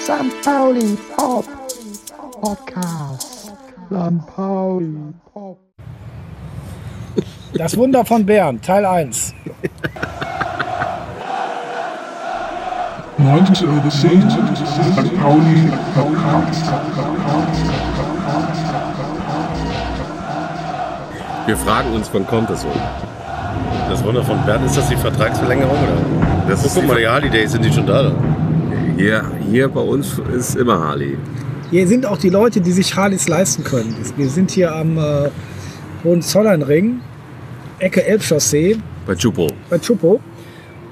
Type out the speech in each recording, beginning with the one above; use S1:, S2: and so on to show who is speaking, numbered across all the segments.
S1: St. Pauli Pop Podcast. St. Pauli Pop.
S2: Das Wunder von Bern, Teil 1.
S3: 19.10. St. Pauli Podcast.
S4: Wir fragen uns, wann kommt das so? Das Wunder von Bern, ist das die Vertragsverlängerung oder?
S5: Das
S4: Oh,
S5: ist
S4: guck mal, die Holidays sind die schon da.
S5: hier, hier bei uns ist immer Harley.
S2: Hier sind auch die Leute, die sich Harleys leisten können. Wir sind hier am äh, Hohenzollernring, Ecke Elbchaussee,
S5: Bei Chupo.
S2: bei Chupo.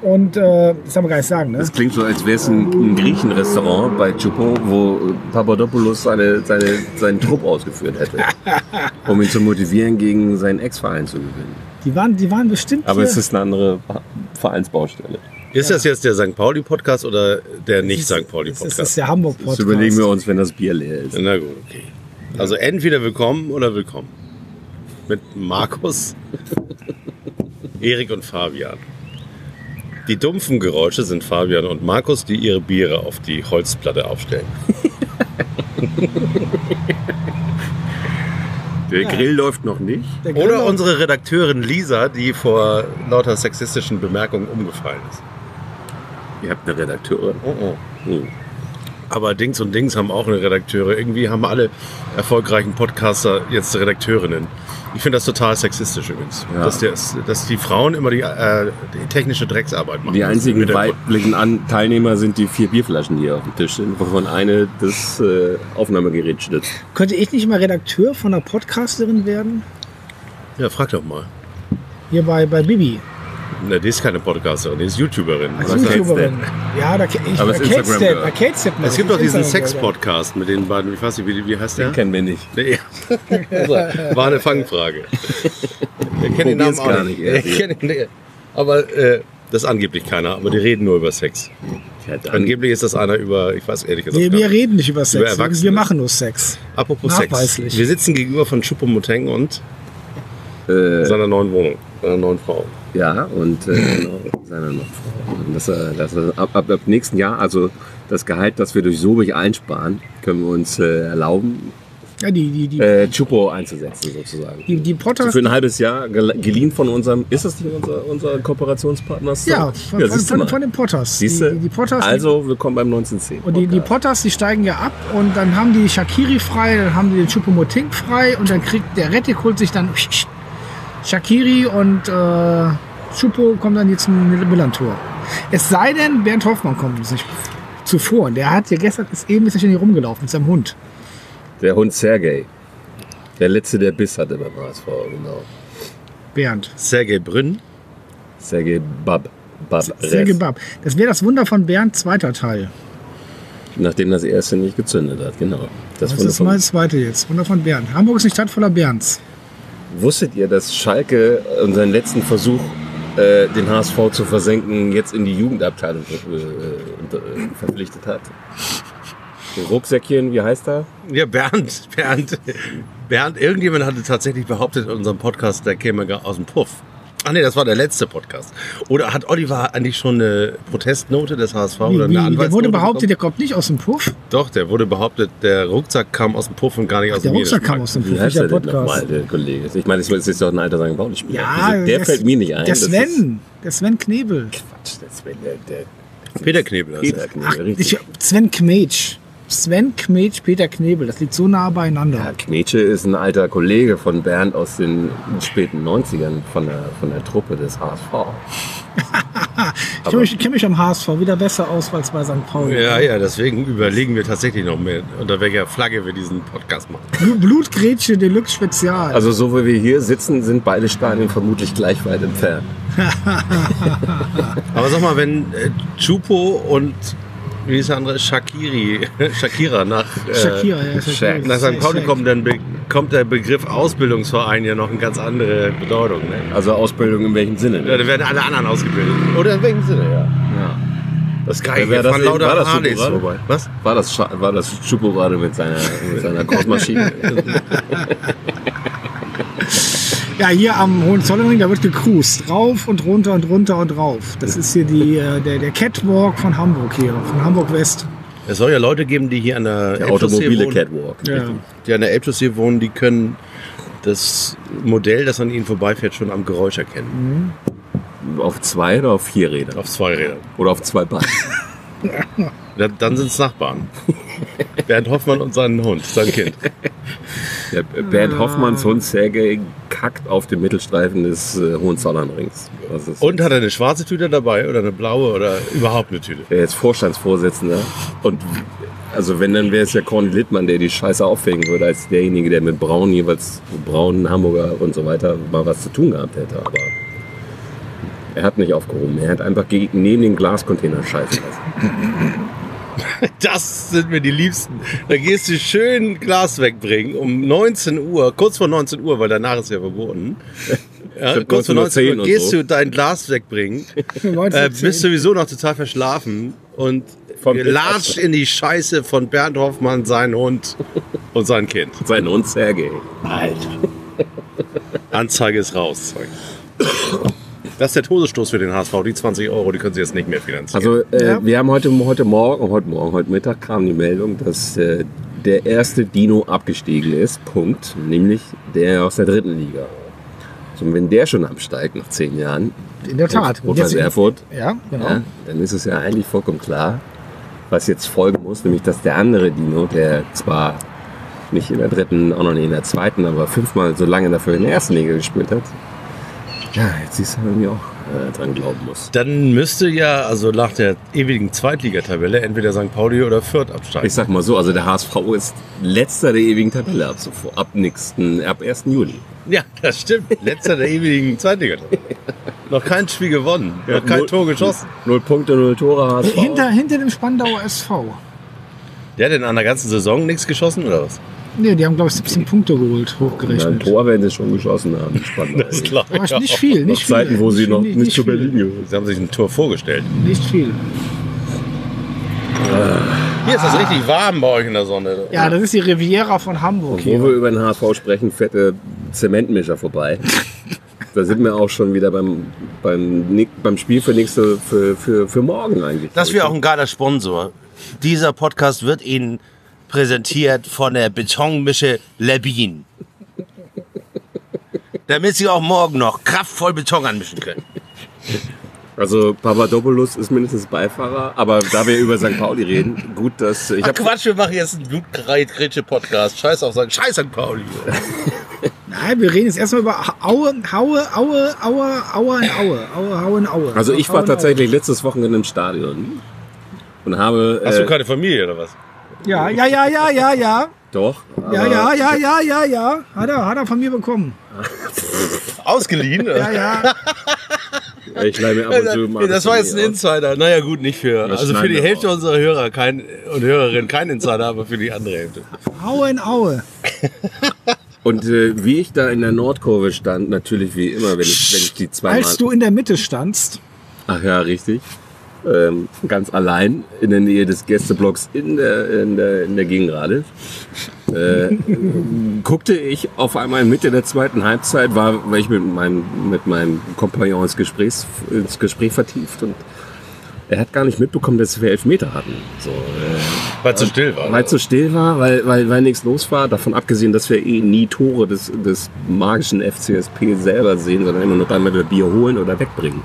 S2: Und äh, das kann man gar nicht sagen, ne?
S5: Das klingt so, als wäre es ein, ein Griechenrestaurant bei Chupo, wo Papadopoulos seine, seine, seinen Trupp ausgeführt hätte, um ihn zu motivieren, gegen seinen Ex-Verein zu gewinnen.
S2: Die waren, die waren bestimmt
S5: Aber
S2: hier.
S5: es ist eine andere Vereinsbaustelle.
S4: Ist das jetzt der St. Pauli Podcast oder der nicht St. Pauli
S2: das
S4: Podcast?
S2: ist, das ist der Hamburg-Podcast.
S5: Das überlegen wir uns, wenn das Bier leer ist.
S4: Na gut, okay. Also entweder willkommen oder willkommen. Mit Markus, Erik und Fabian. Die dumpfen Geräusche sind Fabian und Markus, die ihre Biere auf die Holzplatte aufstellen.
S5: Der Grill läuft noch nicht.
S2: Der Grill
S4: Oder
S2: läuft.
S4: unsere Redakteurin Lisa, die vor lauter sexistischen Bemerkungen umgefallen ist.
S5: Ihr habt eine Redakteurin.
S4: Oh oh.
S5: Hm.
S4: Aber Dings und Dings haben auch eine Redakteure. Irgendwie haben alle erfolgreichen Podcaster jetzt Redakteurinnen. Ich finde das total sexistisch übrigens,
S5: Ja.
S4: dass, der, dass die Frauen immer die, äh, die technische Drecksarbeit machen.
S5: Die
S4: müssen.
S5: einzigen
S4: Mit der-
S5: weiblichen An Teilnehmer sind die vier Bierflaschen, die hier auf dem Tisch sind, wovon eine das äh, Aufnahmegerät stützt.
S2: Könnte ich nicht mal Redakteur von einer Podcasterin werden?
S4: Ja, frag doch mal.
S2: Hier bei, bei Bibi,
S4: Na, die ist keine Podcasterin, die ist YouTuberin.
S2: als
S5: Was hältst
S2: YouTuberin. Ja, da ke- ich,
S5: Aber
S2: bei
S5: es ist
S2: Kate
S5: Instagram
S2: Step,
S5: Girl.
S2: bei Kate Step
S4: Es gibt doch diesen Sex-Podcast mit den beiden, ich weiß nicht, wie, wie heißt der?
S5: Kennen wir nicht.
S4: Nee. War eine Fangfrage. Ich kenne den Namen
S5: Probier's
S4: auch
S5: gar
S4: nicht.
S5: nicht, ehrlich.
S4: Ich kenn den- aber äh, das ist angeblich keiner, aber die reden nur über Sex.
S5: Ja, dann-
S4: Angeblich ist das einer über, ich weiß ehrlich gesagt.
S2: Wir,
S4: gar
S2: wir
S4: nicht.
S2: reden nicht über
S4: Über
S2: Sex, wir
S4: Erwachsene.
S2: machen nur Sex.
S4: Apropos Sex.
S2: Nachweislich.
S4: Wir sitzen gegenüber von Chupomoteng und
S5: Äh,
S4: seiner neuen Wohnung, seiner neuen Frau.
S5: ja, und äh, genau, seiner noch. Und Dass er, dass er äh, ab, ab, ab nächsten Jahr, also das Gehalt, das wir durch Sobich einsparen, können wir uns äh, erlauben,
S2: Ja, die, die, die,
S5: äh, Chupo einzusetzen sozusagen.
S2: die, die
S5: Also
S2: Potter,
S5: für ein halbes Jahr gel- geliehen von unserem, ist das nicht unser, unser Kooperationspartner?
S2: ja, von,
S5: ja
S2: von,
S5: siehst du
S2: von,
S5: mal.
S2: von den Potters. Die,
S5: Siehst du?
S2: die, die Potters, die-
S5: Also, willkommen beim 1910.
S2: Und die, die
S5: Podcast.
S2: Potters, die steigen ja ab und dann haben die Shakiri frei, dann haben die den Chupomotink frei und dann kriegt der Rettig holt sich dann Shakiri und äh, Chupo kommen dann hier zum Millantor. Es sei denn, Bernd Hoffmann kommt uns nicht zuvor. Der hat ja gestern ist eben ist er schon hier rumgelaufen mit seinem Hund.
S5: Der Hund Sergei. Der letzte, der Biss hatte beim HSV, genau.
S2: Bernd.
S4: Sergei Brünn.
S5: Sergei Bab. Bab
S2: Sehr gebab. Das wäre das Wunder von Bernd, zweiter Teil.
S5: Nachdem das erste nicht gezündet hat, genau. Das
S2: Das ist
S5: wundervoll-
S2: mal das zweite jetzt. Wunder von Bernd. Hamburg ist eine Stadt voller Bernds.
S5: Wusstet ihr, dass Schalke unseren letzten Versuch, äh, den HSV zu versenken, jetzt in die Jugendabteilung äh, unter- äh, verpflichtet hat? Den Rucksäckchen, wie heißt er?
S4: Ja, Bernd, Bernd. Bernd, irgendjemand hatte tatsächlich behauptet in unserem Podcast, der käme gar aus dem Puff. Ach nee, das war der letzte Podcast. Oder hat Oliver eigentlich schon eine Protestnote des HSV
S2: Wie,
S4: oder eine
S2: wie, der
S4: Anwaltsnote?
S2: wurde
S4: bekommen?
S2: behauptet, der kommt nicht aus dem Puff.
S4: Doch, der wurde behauptet, der Rucksack kam aus dem Puff und gar nicht aus
S2: Der
S4: dem
S2: Rucksack kam aus dem Puff.
S5: Wie
S2: nicht
S5: heißt
S2: der
S5: er denn
S2: Podcast.
S5: nochmal, der Kollege? Ich meine, das ist doch ein alter St. Pauli-Spieler.
S2: Ja,
S5: Also, der
S2: das-
S5: fällt mir nicht ein.
S2: Der
S5: Das ist-
S2: Sven, der Sven Knebel.
S5: Quatsch, der Sven, der, der
S4: Peter Knebel. heißt er.
S5: Peter Knebel,
S2: Ach,
S5: richtig.
S2: ich, Sven Kmetsch. Sven Kmetsch, Peter Knebel. Das liegt so nah
S5: Ja,
S2: beieinander.
S5: Knetsche ist ein alter Kollege von Bernd aus den späten 90ern von der, von der Truppe des HSV.
S2: ich kenne mich, kenn mich am HSV wieder besser aus als bei St. Pauli.
S4: Ja, ja, deswegen überlegen wir tatsächlich noch mehr, unter welcher Flagge wir diesen Podcast machen.
S2: Blu- Blutgrätsche Deluxe Spezial.
S5: Also so wie wir hier sitzen, sind beide Stadien vermutlich gleich weit entfernt.
S4: Aber sag mal, wenn äh, Chupo und wie hieß der andere? Shakiri. Shakira nach. äh,
S2: Shakira, ja. Shakira.
S4: Nach St. Pauli kommt, dann be- kommt der Begriff Ausbildungsverein ja noch eine ganz andere Bedeutung. Ne?
S5: Also Ausbildung in welchem Sinne?
S4: Ja,
S5: Ne?
S4: da werden alle anderen ausgebildet. Oder in welchem Sinne, ja.
S5: Ja.
S4: Das Geile
S5: Wer
S4: ja,
S5: das
S4: von
S5: eben? War
S4: lauter
S5: das
S4: Harley ist
S5: Schuko gerade?
S4: vorbei. Was?
S5: War das, Scha- war das Schupo gerade mit seiner, mit seiner Kochmaschine?
S2: Ja, hier am Hohenzollernring, da wird gecruised. Rauf und runter und runter und rauf. Das ist hier die, äh, der, der Catwalk von Hamburg hier, von Hamburg West.
S4: Es soll ja Leute geben, die hier an der,
S5: Der
S4: Elbchaussee
S5: automobile
S4: wohnen,
S5: Catwalk.
S2: Ja.
S4: Die an der Elbchaussee wohnen, die können das Modell, das an ihnen vorbeifährt, schon am Geräusch erkennen.
S5: Auf zwei oder auf vier Rädern?
S4: Auf zwei Rädern.
S5: Oder auf zwei Beinen?
S4: Da- Dann sind es Nachbarn. Bernd Hoffmann und seinen Hund, sein Kind.
S5: Der Bernd Hoffmanns Hund Sergej kackt auf dem Mittelstreifen des äh, Hohenzollernrings. Das ist-
S4: Und hat er eine schwarze Tüte dabei oder eine blaue oder überhaupt eine Tüte?
S5: Der ist äh, Vorstandsvorsitzender. Und also wenn, dann wäre es ja Corny Littmann, der die Scheiße aufhängen würde, als derjenige, der mit Braun jeweils, Braun, Hamburger und so weiter, mal was zu tun gehabt hätte. Aber er hat nicht aufgehoben. Er hat einfach gegen- neben den Glascontainer scheißen lassen.
S4: Das sind mir die Liebsten. Da gehst du schön ein Glas wegbringen um 19 Uhr, kurz vor 19 Uhr, weil danach ist ja verboten. Ja,
S5: Stimmt,
S4: kurz vor 19
S5: 19
S4: Uhr
S5: und
S4: gehst
S5: so.
S4: du dein Glas wegbringen, äh, bist sowieso noch total verschlafen und
S5: Vom Blitz
S4: latscht
S5: aus-
S4: in die Scheiße von Bernd Hoffmann, sein Hund und sein Kind.
S5: Sein Hund Sergej.
S4: Anzeige ist raus. Das ist der Todesstoß für den HSV. Die 20 Euro, die können sie jetzt nicht mehr finanzieren.
S5: Also äh,
S2: Ja.
S5: wir haben heute, heute Morgen, heute Morgen, heute Mittag kam die Meldung, dass äh, der erste Dino abgestiegen ist. Punkt. Nämlich der aus der dritten Liga. So, und wenn der schon absteigt nach zehn Jahren,
S2: In der Tat. Und
S5: Rot-Weiß Erfurt,
S2: ja, genau.
S5: ja, dann ist es ja eigentlich vollkommen klar, was jetzt folgen muss, nämlich dass der andere Dino, der zwar nicht in der dritten, auch noch nicht in der zweiten, aber fünfmal so lange dafür in der ersten Liga gespielt hat, ja, jetzt siehst du irgendwie auch äh, dran glauben muss.
S4: Dann müsste ja, also nach der ewigen Zweitligatabelle, entweder St. Pauli oder Fürth absteigen.
S5: Ich sag mal so, also der HSV ist letzter der ewigen Tabelle ab sofort, ab nächsten, ab 1. Juli.
S4: Ja, das stimmt. Letzter der ewigen Zweitligatabelle. Noch kein Spiel gewonnen, noch kein
S5: null-
S4: Tor geschossen.
S5: Null Punkte, null Tore HSV.
S2: Hinter, hinter dem Spandauer SV.
S4: Der hat in einer ganzen Saison nichts geschossen oder was?
S2: Nee, die haben, glaube ich, 17 Punkte geholt,
S5: Na, ein
S2: hochgerechnet.
S5: Tor werden sie schon geschossen haben. Spannend.
S4: Das glaube
S2: Aber
S4: ich.
S2: ist nicht
S4: Auch.
S2: viel,
S5: Noch
S2: nicht viel.
S5: Zeiten, wo sie noch nicht,
S2: viel,
S5: zu Berlin gehören.
S4: Sie haben sich ein Tor vorgestellt.
S2: Nicht viel.
S4: Hier ist das richtig warm bei euch in der Sonne.
S2: Ah. Ja, das ist die Riviera von Hamburg.
S5: Wo
S2: Hier.
S5: wir über den HSV sprechen, fette Zementmischer vorbei. da sind wir auch schon wieder beim, beim, Ni- beim Spiel für, nächste, für, für, für morgen eigentlich.
S6: Das wäre auch ein geiler Sponsor. Dieser Podcast wird Ihnen präsentiert von der Betonmische Labin. Damit Sie auch morgen noch kraftvoll Beton anmischen können.
S5: Also Papadopoulos ist mindestens Beifahrer, aber da wir über St. Pauli reden, gut, dass ich
S4: Ach
S5: habe
S4: Quatsch, wir machen jetzt einen Blutgrätsche-Podcast. Scheiß auf St. Scheiß St. Pauli.
S2: Nein, wir reden jetzt erstmal über Aue, Haue, Aue, Aue, Aue, und Aue, Aue, Aue, und Aue.
S5: also ich
S4: oh
S2: Aue
S5: war
S2: und Aue.
S5: tatsächlich letztes Wochenende im Stadion und habe
S4: Hast du
S5: äh,
S4: keine Familie oder was?
S2: Ja, ja, ja, ja, ja, ja.
S5: doch
S2: Ja, ja, ja, ja, ja, ja. Hat er, hat er von mir bekommen.
S4: Ausgeliehen? Äh,
S2: Ja, ja.
S5: ja. ich leih mir ab und zu mal
S4: das war jetzt ein
S5: Handy aus.
S4: Insider. Naja, gut, nicht für.
S5: Das
S4: also für
S5: schneiden
S4: die
S5: wir
S4: Hälfte
S5: raus.
S4: unserer Hörer kein, und Hörerinnen kein Insider, aber für die andere Hälfte.
S2: Aue in Aue.
S5: und äh, wie ich da in der Nordkurve stand, natürlich wie immer, wenn ich, wenn ich die zweimal
S2: Als du in der Mitte standst,
S5: Ach ja, richtig. Ähm, ganz allein in der Nähe des Gästeblocks in der, in der, in der Gegenrade. Äh, guckte ich auf einmal Mitte der zweiten Halbzeit, war, war ich mit meinem, mit meinem Kompagnon ins Gespräch, ins Gespräch vertieft und er hat gar nicht mitbekommen, dass wir Elfmeter hatten. So, äh,
S4: Weil es zu still war.
S5: weil es so still war, weil, weil, weil nichts los war. Davon abgesehen, dass wir eh nie Tore des, des magischen FCSP selber sehen, sondern immer nur damit wir Bier holen oder wegbringen.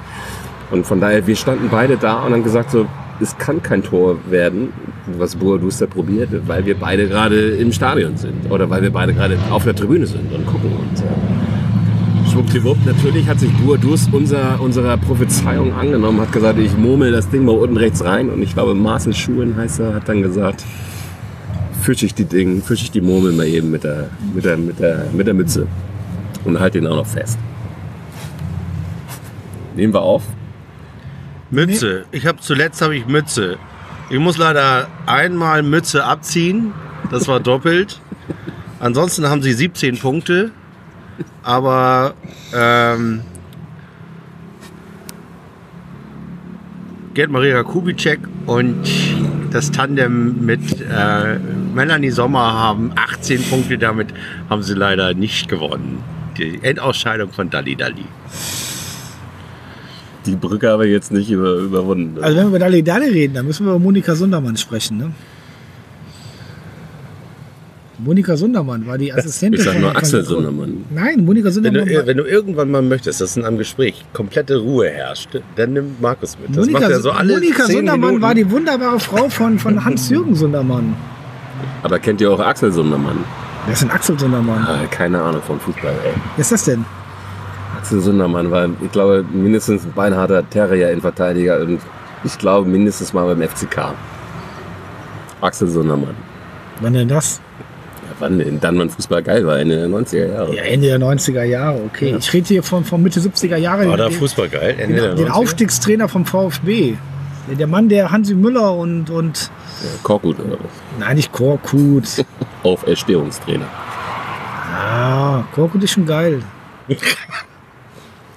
S5: Und von daher, wir standen beide da und haben gesagt, so, es kann kein Tor werden, was Boa Duster probierte, weil wir beide gerade im Stadion sind oder weil wir beide gerade auf der Tribüne sind und gucken uns. Schwuppdiwupp, natürlich hat sich Boa Dus unser, unserer Prophezeiung angenommen, hat gesagt, ich murmel das Ding mal unten rechts rein und ich glaube, Marcel Schuhen heißt er, hat dann gesagt, fisch ich die Ding, fisch ich die Murmel mal eben mit der, mit der, mit der, mit der Mütze und halt den auch noch fest. Nehmen wir auf.
S4: Mütze. Ich habe zuletzt habe ich Mütze. Ich muss leider einmal Mütze abziehen. Das war doppelt. Ansonsten haben sie 17 Punkte. Aber ähm, Gerd Maria Kubitschek und das Tandem mit äh, Melanie Sommer haben 18 Punkte. Damit haben sie leider nicht gewonnen. Die Endausscheidung von Dalli Dalli.
S5: Die Brücke haben wir jetzt nicht über, überwunden. ne?
S2: Also wenn wir über Dalli Dalli reden, dann müssen wir über Monika Sundermann sprechen, ne? Monika Sundermann war die Assistentin
S5: ich sag
S2: von-
S5: nur
S2: von-
S5: Axel Sundermann.
S2: Nein, Monika
S4: Wenn
S2: Sundermann.
S4: du, äh,
S2: war-
S4: wenn du irgendwann mal möchtest, dass in einem Gespräch komplette Ruhe herrscht, dann nimmt Markus mit. Das
S2: Monika,
S4: macht er so alle
S2: Monika
S4: 10
S2: Sundermann
S4: Minuten.
S2: war die wunderbare Frau von, von Hans-Jürgen Sundermann.
S5: Aber kennt ihr auch Axel Sundermann?
S2: Wer ist denn Axel Sundermann?
S5: Ah, keine Ahnung vom Fußball, ey.
S2: Wer ist das denn?
S5: Axel Sundermann war, ich glaube, mindestens ein beinharter Terrier in Verteidiger und ich glaube mindestens mal beim FCK. Axel Sundermann.
S2: Wann denn das?
S5: Ja, wann denn? Dann, wann Fußball geil war, Ende der 90er Jahre.
S2: Ja, Ende der 90er Jahre, okay. Ich rede hier von, von Mitte 70er Jahre.
S4: War Oh, da
S2: Den-
S4: Fußball geil? Ende der
S2: den, den
S4: 90er?
S2: Aufstiegstrainer vom VfB. Der- Der Mann, der Hansi Müller und, und
S5: Korkut oder was?
S2: nein, nicht Korkut.
S5: Auferstehungstrainer.
S2: ah, Korkut ist schon geil.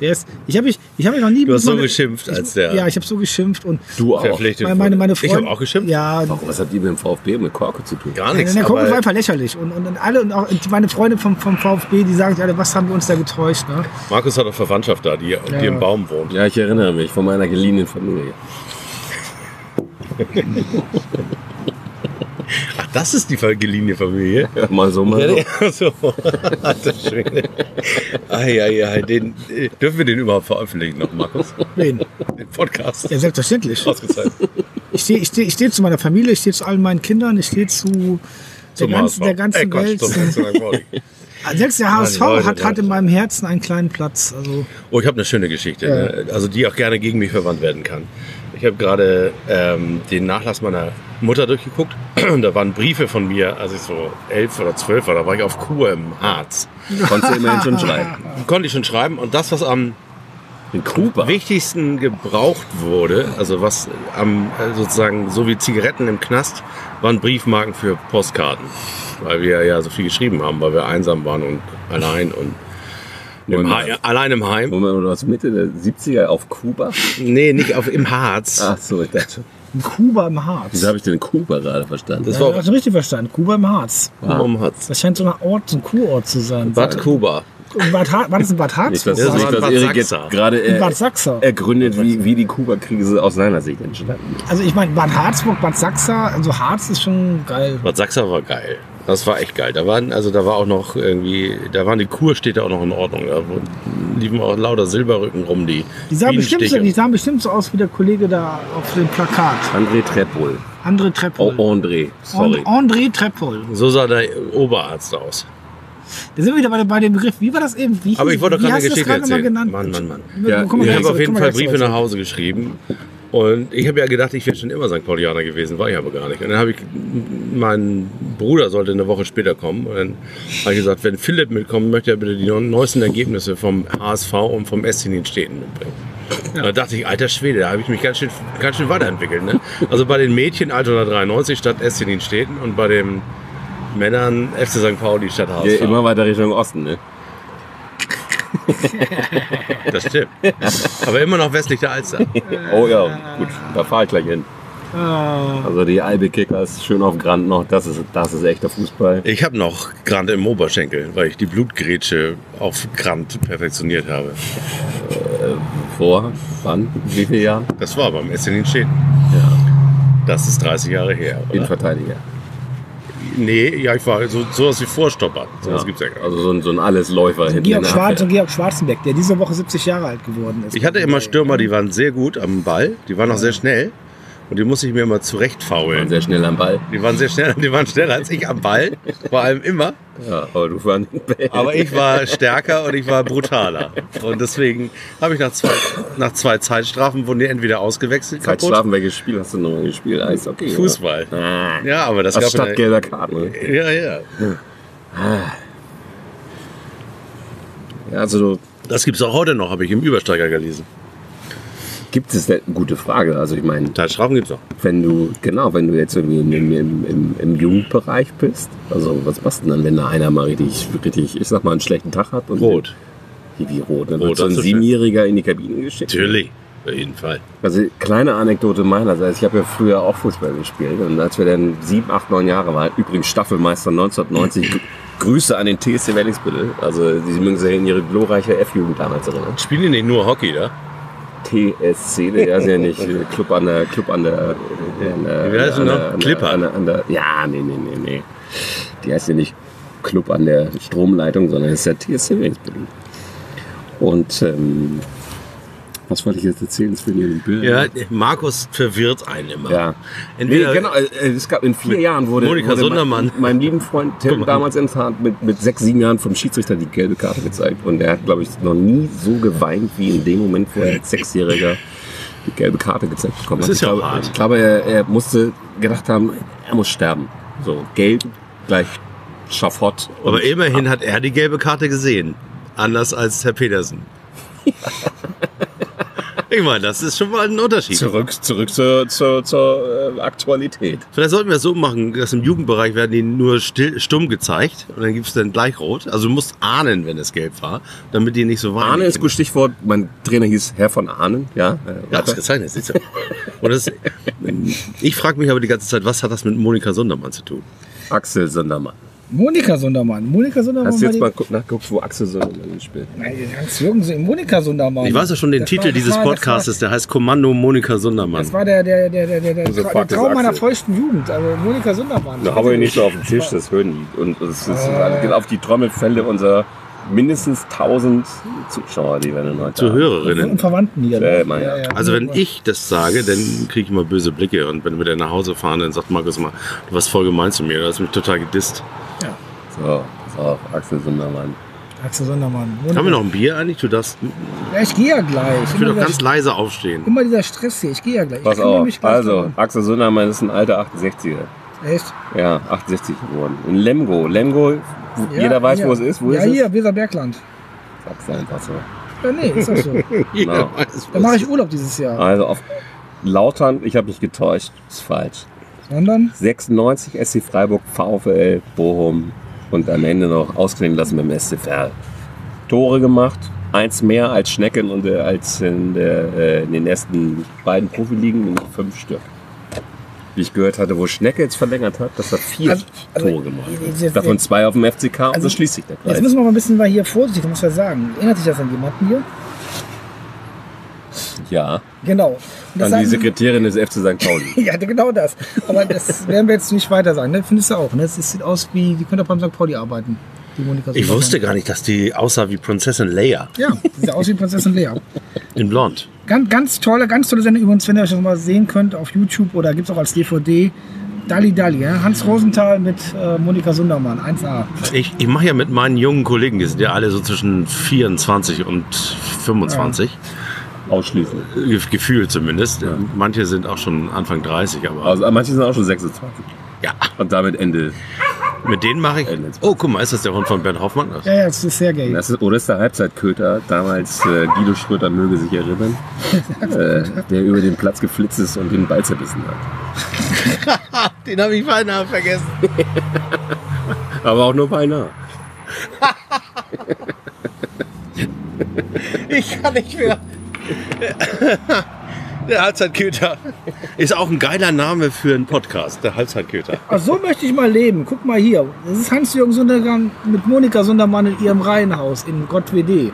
S2: Der ist, ich habe mich, ich habe mich noch nie.
S4: Du
S2: mit
S4: hast so
S2: meiner-
S4: geschimpft, als der
S2: Ja, ich habe so geschimpft und
S5: Du auch.
S4: verpflichtet
S2: meine, meine, meine
S4: wurde. Ich
S2: Freundin.
S4: habe auch geschimpft.
S2: Ja,
S5: Warum? Was hat die mit dem VfB und mit Korkut zu tun?
S4: Gar
S2: Nein,
S4: nichts.
S2: der Kumpel war
S4: aber
S2: einfach lächerlich. Und, und, und alle, und auch meine Freunde vom, vom VfB, die sagen sich alle, was haben wir uns da getäuscht. Ne?
S4: Markus hat auch Verwandtschaft da, die, die im Baum wohnt.
S5: Ja, ich erinnere mich von meiner geliehenen Familie.
S4: Ach, das ist die geliehene Familie.
S5: Ja, mal so, mal so.
S4: Ja, so. Alter Schwede. Ai, ai, ai, den, äh, dürfen wir den überhaupt veröffentlichen noch, Markus?
S2: Wen?
S4: Den Podcast.
S2: Ja, selbstverständlich.
S4: Ausgezeichnet.
S2: Ich stehe ich steh, ich steh zu meiner Familie, ich stehe zu allen meinen Kindern, ich stehe zu der
S4: Zum
S2: ganzen,
S4: HSV.
S2: der ganzen
S4: Äh, Quatsch,
S2: Welt.
S4: zum St. Pauli.
S2: Selbst der HSV
S4: Leute,
S2: hat, hat
S4: Leute.
S2: in meinem Herzen einen kleinen Platz. Also,
S4: Oh, ich habe eine schöne Geschichte, ne? also die auch gerne gegen mich verwandt werden kann. Ich habe gerade ähm, den Nachlass meiner Mutter durchgeguckt und da waren Briefe von mir, als ich so elf oder zwölf war, da war ich auf Kur im Harz.
S5: Konntest du immerhin schon schreiben.
S4: Konnte ich schon schreiben und das, was am
S5: In Krupa.
S4: wichtigsten gebraucht wurde, also was am äh, sozusagen so wie Zigaretten im Knast, waren Briefmarken für Postkarten, weil wir ja so viel geschrieben haben, weil wir einsam waren und allein und im
S5: Moment.
S4: Heim, allein im Heim.
S5: Moment, du warst Mitte der 70er auf Kuba?
S4: Nee, nicht auf im Harz.
S5: Ach so, ich dachte schon.
S2: in Kuba im Harz.
S5: Wieso habe ich denn Kuba gerade verstanden?
S4: Das
S2: Ja, du
S4: war
S2: hast richtig verstanden. Kuba im Harz.
S4: um Harz.
S2: Das scheint so ein Ort, so ein Kurort zu sein.
S4: Bad Kuba.
S2: Und Bad Har- war das in Bad Harz?
S5: Nicht, dass,
S4: Das war
S5: nicht,
S4: in
S5: dass
S4: Bad
S5: Erik jetzt
S4: Sachsa.
S5: gerade
S2: in
S5: äh,
S2: Bad Sachsa.
S5: ergründet, wie, wie die Kuba-Krise aus seiner Sicht entstanden ist.
S2: Also ich meine, Bad Harzburg, Bad Sachsa, also Harz ist schon geil.
S4: Bad Sachsa war geil. Das war echt geil. Da waren, also da war auch noch irgendwie, da waren die Kurstädte auch noch in Ordnung. Da wo- liefen auch lauter Silberrücken rum, die.
S2: Die sahen, bestimmt so,
S4: Bienenstiche.
S2: die sahen bestimmt so aus wie der Kollege da auf dem Plakat.
S5: André Treppol.
S2: André
S5: Oh,
S2: Treppol.
S5: André, sorry.
S2: Und André Treppol.
S4: So sah der Oberarzt aus.
S2: Da sind wir wieder bei, dem- bei dem Begriff. Wie war das eben? Wie,
S4: Aber ich wollte doch
S2: wie
S4: gerade
S2: hast
S4: eine
S2: du es gerade
S4: Geschichte
S2: nochmal
S4: erzählen.
S2: genannt?
S4: Mann, Mann, Mann.
S2: Wir-
S5: Ja,
S2: wir kommen
S5: ich
S4: Ich
S2: gleich
S4: habe auf
S2: zurück,
S4: jeden
S2: kommen wir
S4: Fall
S2: gleich
S4: Briefe
S2: zurück.
S4: nach Hause geschrieben. Und ich habe ja gedacht, ich wäre schon immer St. Paulianer gewesen, war ich aber gar nicht. Und dann habe ich, mein Bruder sollte eine Woche später kommen. Und dann habe ich gesagt, wenn Philipp mitkommen möchte, er bitte die neuesten Ergebnisse vom HSV und vom SC Nienstädten mitbringen. Da dachte ich, alter Schwede, da habe ich mich ganz schön, ganz schön weiterentwickelt. Ne? Also bei den Mädchen Altona 93 statt SC Nienstädten und bei den Männern FC St. Pauli statt HSV.
S5: Ja, immer weiter Richtung Osten, ne?
S4: Das stimmt. Aber immer noch westlich der Alster.
S5: Oh ja, gut, da fahre ich gleich hin.
S2: Ah.
S5: Also die Albe Kickers, schön auf Grand noch, das ist, das ist echter Fußball.
S4: Ich habe noch Grand im Oberschenkel, weil ich die Blutgrätsche auf Grand perfektioniert habe.
S5: Vor, wann, wie viele Jahren?
S4: Das war beim Essen in Schäden. Das ist 30 Jahre her. Oder?
S5: Innenverteidiger.
S4: Nee, ja, ich war so, sowas wie Vorstopper. Sowas gibt's ja gar nicht.
S5: Also so ein, so ein Allesläufer hinten. in
S2: Also Georg,
S5: der
S2: Schwarz
S5: Abwehr.
S2: und Georg Schwarzenbeck, der diese Woche 70 Jahre alt geworden ist. Äh,
S4: Ich hatte immer Stürmer, die waren sehr gut am Ball, die waren auch sehr schnell und die musste ich mir immer
S5: Waren
S4: zurechtfaulen.
S5: Sehr schnell am Ball.
S4: Die waren sehr schnell, die waren schneller als ich am Ball, vor allem immer.
S5: Ja, aber du fährst den Ball.
S4: Aber ich war stärker und ich war brutaler. Und deswegen habe ich nach zwei, nach zwei Zeitstrafen wurden die entweder ausgewechselt,
S5: Zeit
S4: kaputt,
S5: schlafen, welches Spiel hast du nochmal gespielt? Ah, Eishockey. oder?
S4: Fußball.
S5: Ah,
S4: Ja, aber das
S5: das
S4: gab
S5: statt gelber Karten. ne?
S4: Ja, ja.
S5: Ja, also also
S4: Das gibt's auch heute noch, habe ich im Übersteiger gelesen.
S5: Gibt es denn, gute Frage. Also ich meine,
S4: Teilschrauben gibt's noch.
S5: wenn du, genau, wenn du jetzt irgendwie im, im, im, im Jugendbereich bist, also was machst du denn dann, wenn da einer mal richtig, richtig, ich sag mal, einen schlechten Tag hat und
S4: Rot.
S5: Wie, wie rot. Dann
S4: Rot,
S5: wird so ein
S4: das ist schön.
S5: Siebenjähriger in die Kabine geschickt.
S4: Natürlich. Auf jeden Fall.
S5: Also kleine Anekdote meinerseits. Also, Ich habe ja früher auch Fußball gespielt und als wir dann sieben, acht, neun Jahre waren, übrigens Staffelmeister 1990, Gr- Grüße an den TSC Wellingsbüttel. Also die mögen sich in ihre glorreiche F-Jugend damals erinnern.
S4: Spielen die nicht nur Hockey, da?
S5: TSC, der ist ja nicht äh, Club an der Club an der, äh, an der
S4: Wie heißt
S5: an der-
S4: die noch?
S5: an der-
S4: Clipper?
S5: An der, an der, ja, nee, nee, nee, nee. Die heißt ja nicht Club an der Stromleitung, sondern ist der TSC Wellingsbüttel. Und ähm, was wollte ich jetzt erzählen? Jetzt bin ich in den Bildern.
S4: Ja, Markus verwirrt einen immer.
S5: Ja.
S4: Entweder-
S5: nee, genau, äh, es gab in vier Jahren wurde,
S4: Monika
S5: wurde
S4: Sundermann.
S5: Mein, meinem lieben Freund Tim damals enttarnt mit, mit sechs, sieben Jahren vom Schiedsrichter die gelbe Karte gezeigt. Und er hat, glaube ich, noch nie so geweint wie in dem Moment, wo er als Sechsjähriger die gelbe Karte gezeigt bekommen
S4: Das
S5: hat.
S4: ist
S5: ich
S4: ja auch
S5: glaube,
S4: hart.
S5: ich glaube er, er musste gedacht haben, er muss sterben. So, gelb gleich Schafott. und-
S4: Aber immerhin hat er die gelbe Karte gesehen. Anders als Herr Petersen. ich meine, das ist schon mal ein Unterschied.
S5: Zurück, zurück zur, zur, zur äh, Aktualität.
S4: Vielleicht sollten wir es so machen, dass im Jugendbereich werden die nur still, stumm gezeigt und dann gibt es dann gleich rot. Also du musst ahnen, wenn es gelb war, damit die nicht so waren.
S5: Ahne ist gut Stichwort. Mein Trainer hieß Herr von Ahnen. Ja, äh,
S4: Ja, das gezeichnet. siehst du. Und das, ich frage mich aber die ganze Zeit, was hat das mit Monika Sundermann zu tun?
S5: Axel Sundermann.
S2: Monika Sundermann. Monika Sundermann
S5: Hast du jetzt
S2: war
S5: mal gu- nachgeguckt, wo Axel Sundermann spielt?
S2: die, Nein, Hans Jürgensen, Monika Sundermann.
S4: Ich weiß ja schon den
S2: Das war-
S4: Titel
S2: das
S4: dieses
S2: war- das war-
S4: Podcasts, der heißt Kommando Monika Sundermann.
S2: Das war der, der, der, der, der, der,
S5: Also
S2: Tra-
S5: fuck
S2: der
S5: ist
S2: Traum meiner
S5: Axel.
S2: feuchten Jugend. Also Monika Sundermann.
S5: Da haben wir nicht so auf dem Tisch, das hören die. Und es
S2: Ah.
S5: ist auf die Trommelfälle unserer mindestens 1000 Zuschauer, die wir dann heute
S4: Zu
S5: haben.
S4: Hörerinnen.
S2: Und Verwandten hier. ne?
S5: Ja, immer, ja.
S4: Also wenn ich das sage, dann kriege ich immer böse Blicke. Und wenn wir dann nach Hause fahren, dann sagt Markus mal, du warst voll gemein zu mir, du hast mich total gedisst.
S5: So, pass auf, Axel Sundermann.
S2: Axel Sundermann.
S4: Haben wir noch ein Bier eigentlich? Du darfst,
S2: Ja, ich gehe ja gleich.
S4: ich will doch
S2: dieser,
S4: ganz leise aufstehen.
S2: immer dieser Stress hier. Ich gehe ja gleich.
S5: Pass
S2: ich kümmere
S5: auf,
S2: mich gleich
S5: also,
S2: drum.
S5: Axel Sundermann ist ein alter 68er.
S2: Echt?
S5: Ja, 68 geworden. In Lemgo. Lemgo, wo-
S2: Ja,
S5: jeder weiß,
S2: hier.
S5: wo es also. ist. Wo
S2: ja,
S5: ist
S2: hier, Weserbergland.
S5: es? Sag's einfach so.
S2: Ja, nee, ist doch so.
S5: Genau.
S2: Dann mache ich Urlaub dieses Jahr.
S5: Also auf Lautern, ich habe mich getäuscht, ist falsch.
S2: Sondern?
S5: 96 SC Freiburg, VfL, Bochum und am Ende noch ausklingen lassen beim SC Verl. Tore gemacht, eins mehr als Schnecken und äh, als in, der, äh, in den ersten beiden Profiligen, nämlich fünf Stück. Wie ich gehört hatte, wo Schnecke jetzt verlängert hat, dass er vier
S2: Also- also-
S5: Tore gemacht
S2: jetzt-
S5: hat. Davon zwei auf dem FCK und
S2: also-
S5: so schließt sich der
S2: Jetzt
S5: Kreis.
S2: müssen wir mal ein bisschen mal hier vorsichtig, muss ja sagen. Erinnert sich das an jemanden hier?
S5: Ja,
S2: Genau. Und das
S5: an die
S2: sagen-
S5: Sekretärin des FC St. Pauli.
S2: Ja, genau das. Aber das werden wir jetzt nicht weiter sagen. Ne? Findest du auch. Ne? Das sieht aus wie, die könnte auch beim St. Pauli arbeiten. Die Monika
S4: Ich wusste gar nicht, dass die aussah wie Prinzessin Leia
S2: Ja, die sieht aus wie Prinzessin Lea.
S4: in Blond.
S2: Ganz, ganz tolle, ganz tolle Sendung übrigens, wenn ihr euch das mal sehen könnt auf YouTube oder gibt es auch als DVD. Dali Dali, ja? Hans Rosenthal mit äh, Monika Sundermann, 1A.
S4: Ich, ich mache ja mit meinen jungen Kollegen, die sind ja alle so zwischen 24 und 25,
S5: Ausschließlich.
S4: ge- gefühlt zumindest. Manche sind auch schon Anfang 30, aber
S5: Also, manche sind auch schon 26.
S4: ja,
S5: Und damit Ende.
S4: mit denen mache ich. Oh, guck mal, ist das der Hund von Bernd Hoffmann?
S2: Ja, ja, das ist sehr gay.
S5: Das ist, oder ist der Halbzeitköter, damals äh, Guido Schröter möge sich erinnern, äh, der über den Platz geflitzt ist und den Ball zerbissen hat.
S4: Den habe ich beinahe vergessen.
S5: Aber auch nur beinahe.
S4: Ich kann nicht mehr. Der Halbzeitköter ist auch ein geiler Name für einen Podcast, der Halbzeitköter.
S2: Ach, so möchte ich mal leben. Guck mal hier. Das ist Hans-Jürgen Sundergang mit Monika Sundermann in ihrem Reihenhaus in Gottwd.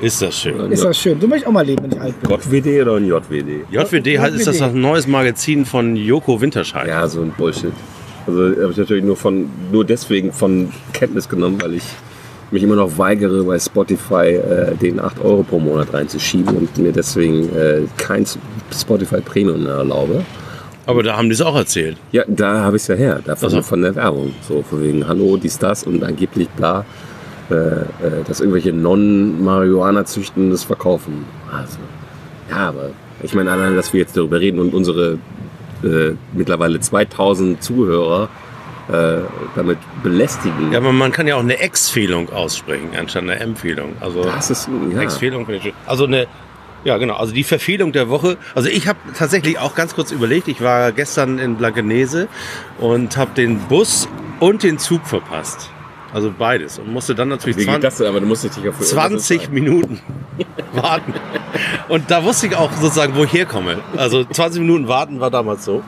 S4: Ist das schön.
S2: Ist das schön. So möchte ich auch mal leben, wenn ich alt bin.
S5: Gott-WD oder ein JWD?
S4: JWD heißt- ist das ein neues Magazin von Joko Winterscheid.
S5: Ja, so ein Bullshit. Also habe ich natürlich nur, von, nur deswegen von Kenntnis genommen, weil ich mich immer noch weigere, bei Spotify äh, den 8 Euro pro Monat reinzuschieben und mir deswegen äh, kein Spotify Premium erlaube.
S4: Aber da haben die es auch erzählt.
S5: Ja, da habe ich es ja her, davon,
S4: Also.
S5: von der Werbung. So von wegen Hallo, dies, das und angeblich bla, äh, äh, dass irgendwelche Non-Marihuana-Züchten das verkaufen. Also, ja, aber ich meine allein, dass wir jetzt darüber reden und unsere äh, mittlerweile 2000 Zuhörer äh, damit belästigen.
S4: Ja, aber man kann ja auch eine Ex-Fehlung aussprechen, anstatt eine Empfehlung. Also
S5: Ah. das ist, ja.
S4: Ex-Fehlung finde ich schön. Also eine Ja, genau. Also die Verfehlung der Woche. Also ich habe tatsächlich auch ganz kurz überlegt. Ich war gestern in Blankenese und habe den Bus und den Zug verpasst. Also beides. Und musste dann natürlich
S5: Wie
S4: 20
S5: geht das denn? Aber du musst dich nicht auf irgendwas
S4: 20
S5: entscheiden.
S4: Minuten warten. Und da wusste ich auch sozusagen, wo ich herkomme. Also 20 Minuten warten war damals so.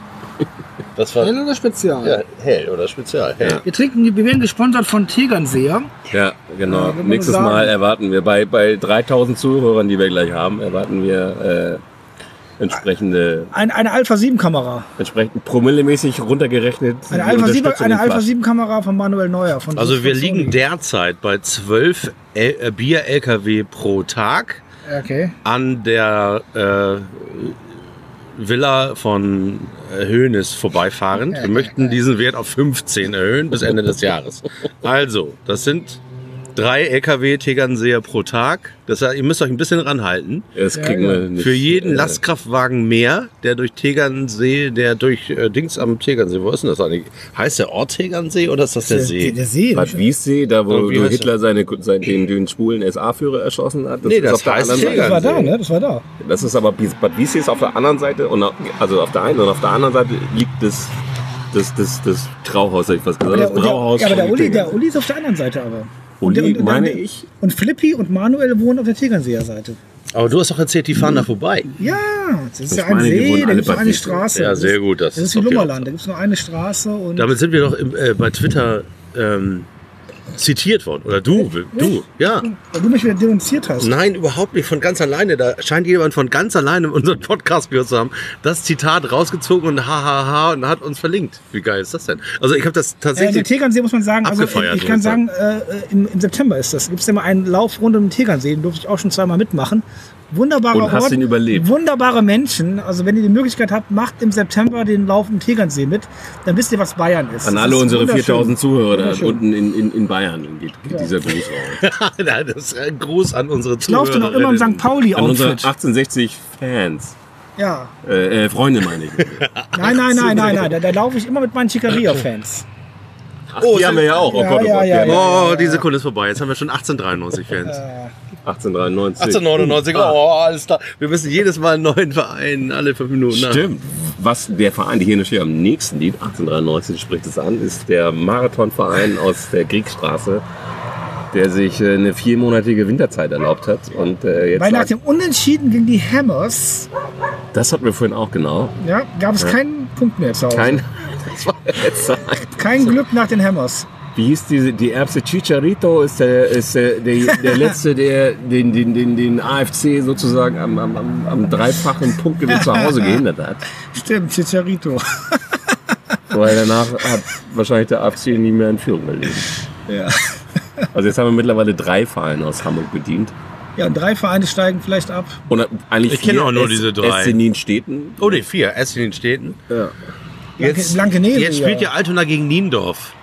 S4: Das war
S2: Hell oder Spezial?
S4: ja, hell oder spezial. Hell.
S2: Wir, trinken, wir werden gesponsert von Tegernseher.
S5: Ja, genau.
S2: Ja, kann man
S5: Nächstes
S2: sagen.
S5: Mal erwarten wir bei, bei 3000 Zuhörern, die wir gleich haben, erwarten wir äh, entsprechende,
S2: Ein, eine Alpha 7 Kamera.
S5: entsprechend promillemäßig runtergerechnet.
S2: Eine
S5: die
S2: Alpha 7,
S5: Unterstützung
S2: eine
S5: in
S2: Alpha
S5: Flaschen.
S2: 7 Kamera von Manuel Neuer. Von
S4: Also wir
S2: von
S4: liegen derzeit bei 12 L äh, Bier-LKW pro Tag
S2: Sony. Okay.
S4: an der äh, Villa von Höhnes vorbeifahrend. Wir möchten diesen Wert auf 15 erhöhen bis Ende des Jahres. Also, das sind drei LKW Tegernseer pro Tag. Das heißt, ihr müsst euch ein bisschen ranhalten.
S5: Das
S2: Ja,
S5: kriegen
S2: ja.
S5: wir nicht.
S4: Für jeden
S5: äh,
S4: Lastkraftwagen mehr, der durch Tegernsee, der durch äh, Dings am Tegernsee, wo ist denn das eigentlich? Heißt der Ort Tegernsee oder ist das der, See?
S2: Der See.
S5: Bad Wiessee, da wo
S4: Irgendwie
S5: du
S4: Oh, heißt
S5: Hitler seine, seinen, den, den schwulen SA-Führer erschossen hat.
S4: Nee, das heißt
S2: Das
S5: Seite.
S2: war da, ne? Das war da.
S5: Das ist aber, Bad Wiessee ist auf der anderen Seite, und, auf- also auf der einen und auf der anderen Seite liegt das, das, das, das Trauhaus, hätte ich fast gesagt.
S2: Der,
S5: Das Brauhaus.
S2: der, ja, aber der
S5: von
S2: Uli, der
S5: Tegernseer.
S2: Uli ist auf der anderen Seite aber.
S5: Uli,
S2: der,
S5: meine
S2: der-
S5: ich?
S2: Und Flippi und Manuel wohnen auf der Tegernseer Seite.
S4: Aber du hast doch erzählt, die fahren da vorbei.
S2: Ja, das ist
S5: Ich
S2: ja ein
S5: meine, die wohnen
S2: See, da
S5: alle
S2: gibt es
S5: bei
S2: eine
S5: Wiesel.
S2: Straße.
S4: Ja,
S2: Das
S4: sehr
S2: ist-
S4: gut, das
S2: Das
S4: ist
S2: ist die
S4: doch die
S2: Lummerland, da gibt es nur eine Straße und
S4: Damit sind wir doch im, äh, bei Twitter ähm, zitiert worden. Oder du, du, ja.
S2: weil du mich wieder denunziert hast.
S4: Nein, überhaupt nicht. Von ganz alleine. Da scheint jemand von ganz alleine unseren Podcast gehört zu haben. Das Zitat rausgezogen und hahaha und hat uns verlinkt. Wie geil ist das denn? Also ich habe
S2: Äh,
S4: das
S2: der
S4: tatsächlich.
S2: Tegernsee muss man sagen, also
S4: Abgefeiert,
S2: ich kann
S4: würde
S2: sagen,
S4: ich
S2: äh, im, im September ist das. Gibt es immer einen Lauf rund um den Tegernsee, den durfte ich auch schon zweimal mitmachen. Wunderbarer
S5: Und hast
S2: Ort,
S5: ihn überlebt.
S2: wunderbare Menschen. Also wenn ihr die Möglichkeit habt, macht im September den Lauf um den Tegernsee mit, dann wisst ihr, was Bayern ist.
S5: An
S2: Das
S5: alle
S2: ist
S5: unsere
S2: wunderschön.
S5: 4000 Zuhörer da
S2: Wunderschön.
S5: unten in, in, in Bayern geht, geht dieser Gruß raus.
S4: Nein, das ist ein Gruß an unsere
S2: Ich laufte noch immer im St.
S5: An unsere
S2: Pauli-Outfit.
S5: 1860 Fans.
S2: Ja.
S5: Äh, äh, Freunde meine ich.
S2: Nein, nein, nein, nein, nein. Da, da laufe ich immer mit meinen Chicaria-Fans.
S5: Ach,
S4: Oh,
S5: die haben wir ja auch. Oh
S2: Ja,
S5: Gott, oh
S2: ja,
S5: Gott,
S2: ja, Äh.
S5: die haben wir-
S4: Oh, die Sekunde ist vorbei. Jetzt haben wir schon 1893 Fans.
S5: 1893.
S4: 1899, oh, alles klar. Wir müssen jedes Mal einen neuen Verein alle fünf Minuten nach.
S5: Stimmt. Was der Verein, der hier noch steht, am nächsten liegt, 1893 spricht es an, ist der Marathonverein aus der Kriegsstraße, der sich äh, eine viermonatige Winterzeit erlaubt hat. Und äh, jetzt
S2: Weil nach
S5: sagt,
S2: dem Unentschieden gegen die Hammers
S5: das hatten wir vorhin auch genau.
S2: ja, gab es keinen Punkt mehr zu Hause.
S5: Kein, das war jetzt
S2: Kein Glück nach den Hammers.
S5: Wie hieß diese, die Erbse Chicharito ist der, ist der, der, der letzte, der den, den, den, den AFC sozusagen am, am, am, am dreifachen Punktgewinn zu Hause gehindert hat.
S2: Stimmt, Chicharito.
S5: Weil danach hat wahrscheinlich der AFC nie mehr in Führung gelegen.
S2: Ja.
S5: Also jetzt haben wir mittlerweile drei Vereine aus Hamburg bedient.
S2: Ja, und drei Vereine steigen vielleicht ab.
S5: Und eigentlich
S4: Ich kenne
S5: vier
S4: auch nur
S5: S-
S4: diese drei.
S5: SC Nienstädten.
S4: Oh ne, vier. Essen in den Städten.
S5: Ja.
S4: Jetzt,
S2: Blankenese,
S4: jetzt spielt
S2: ja.
S4: ja Altona gegen Niendorf.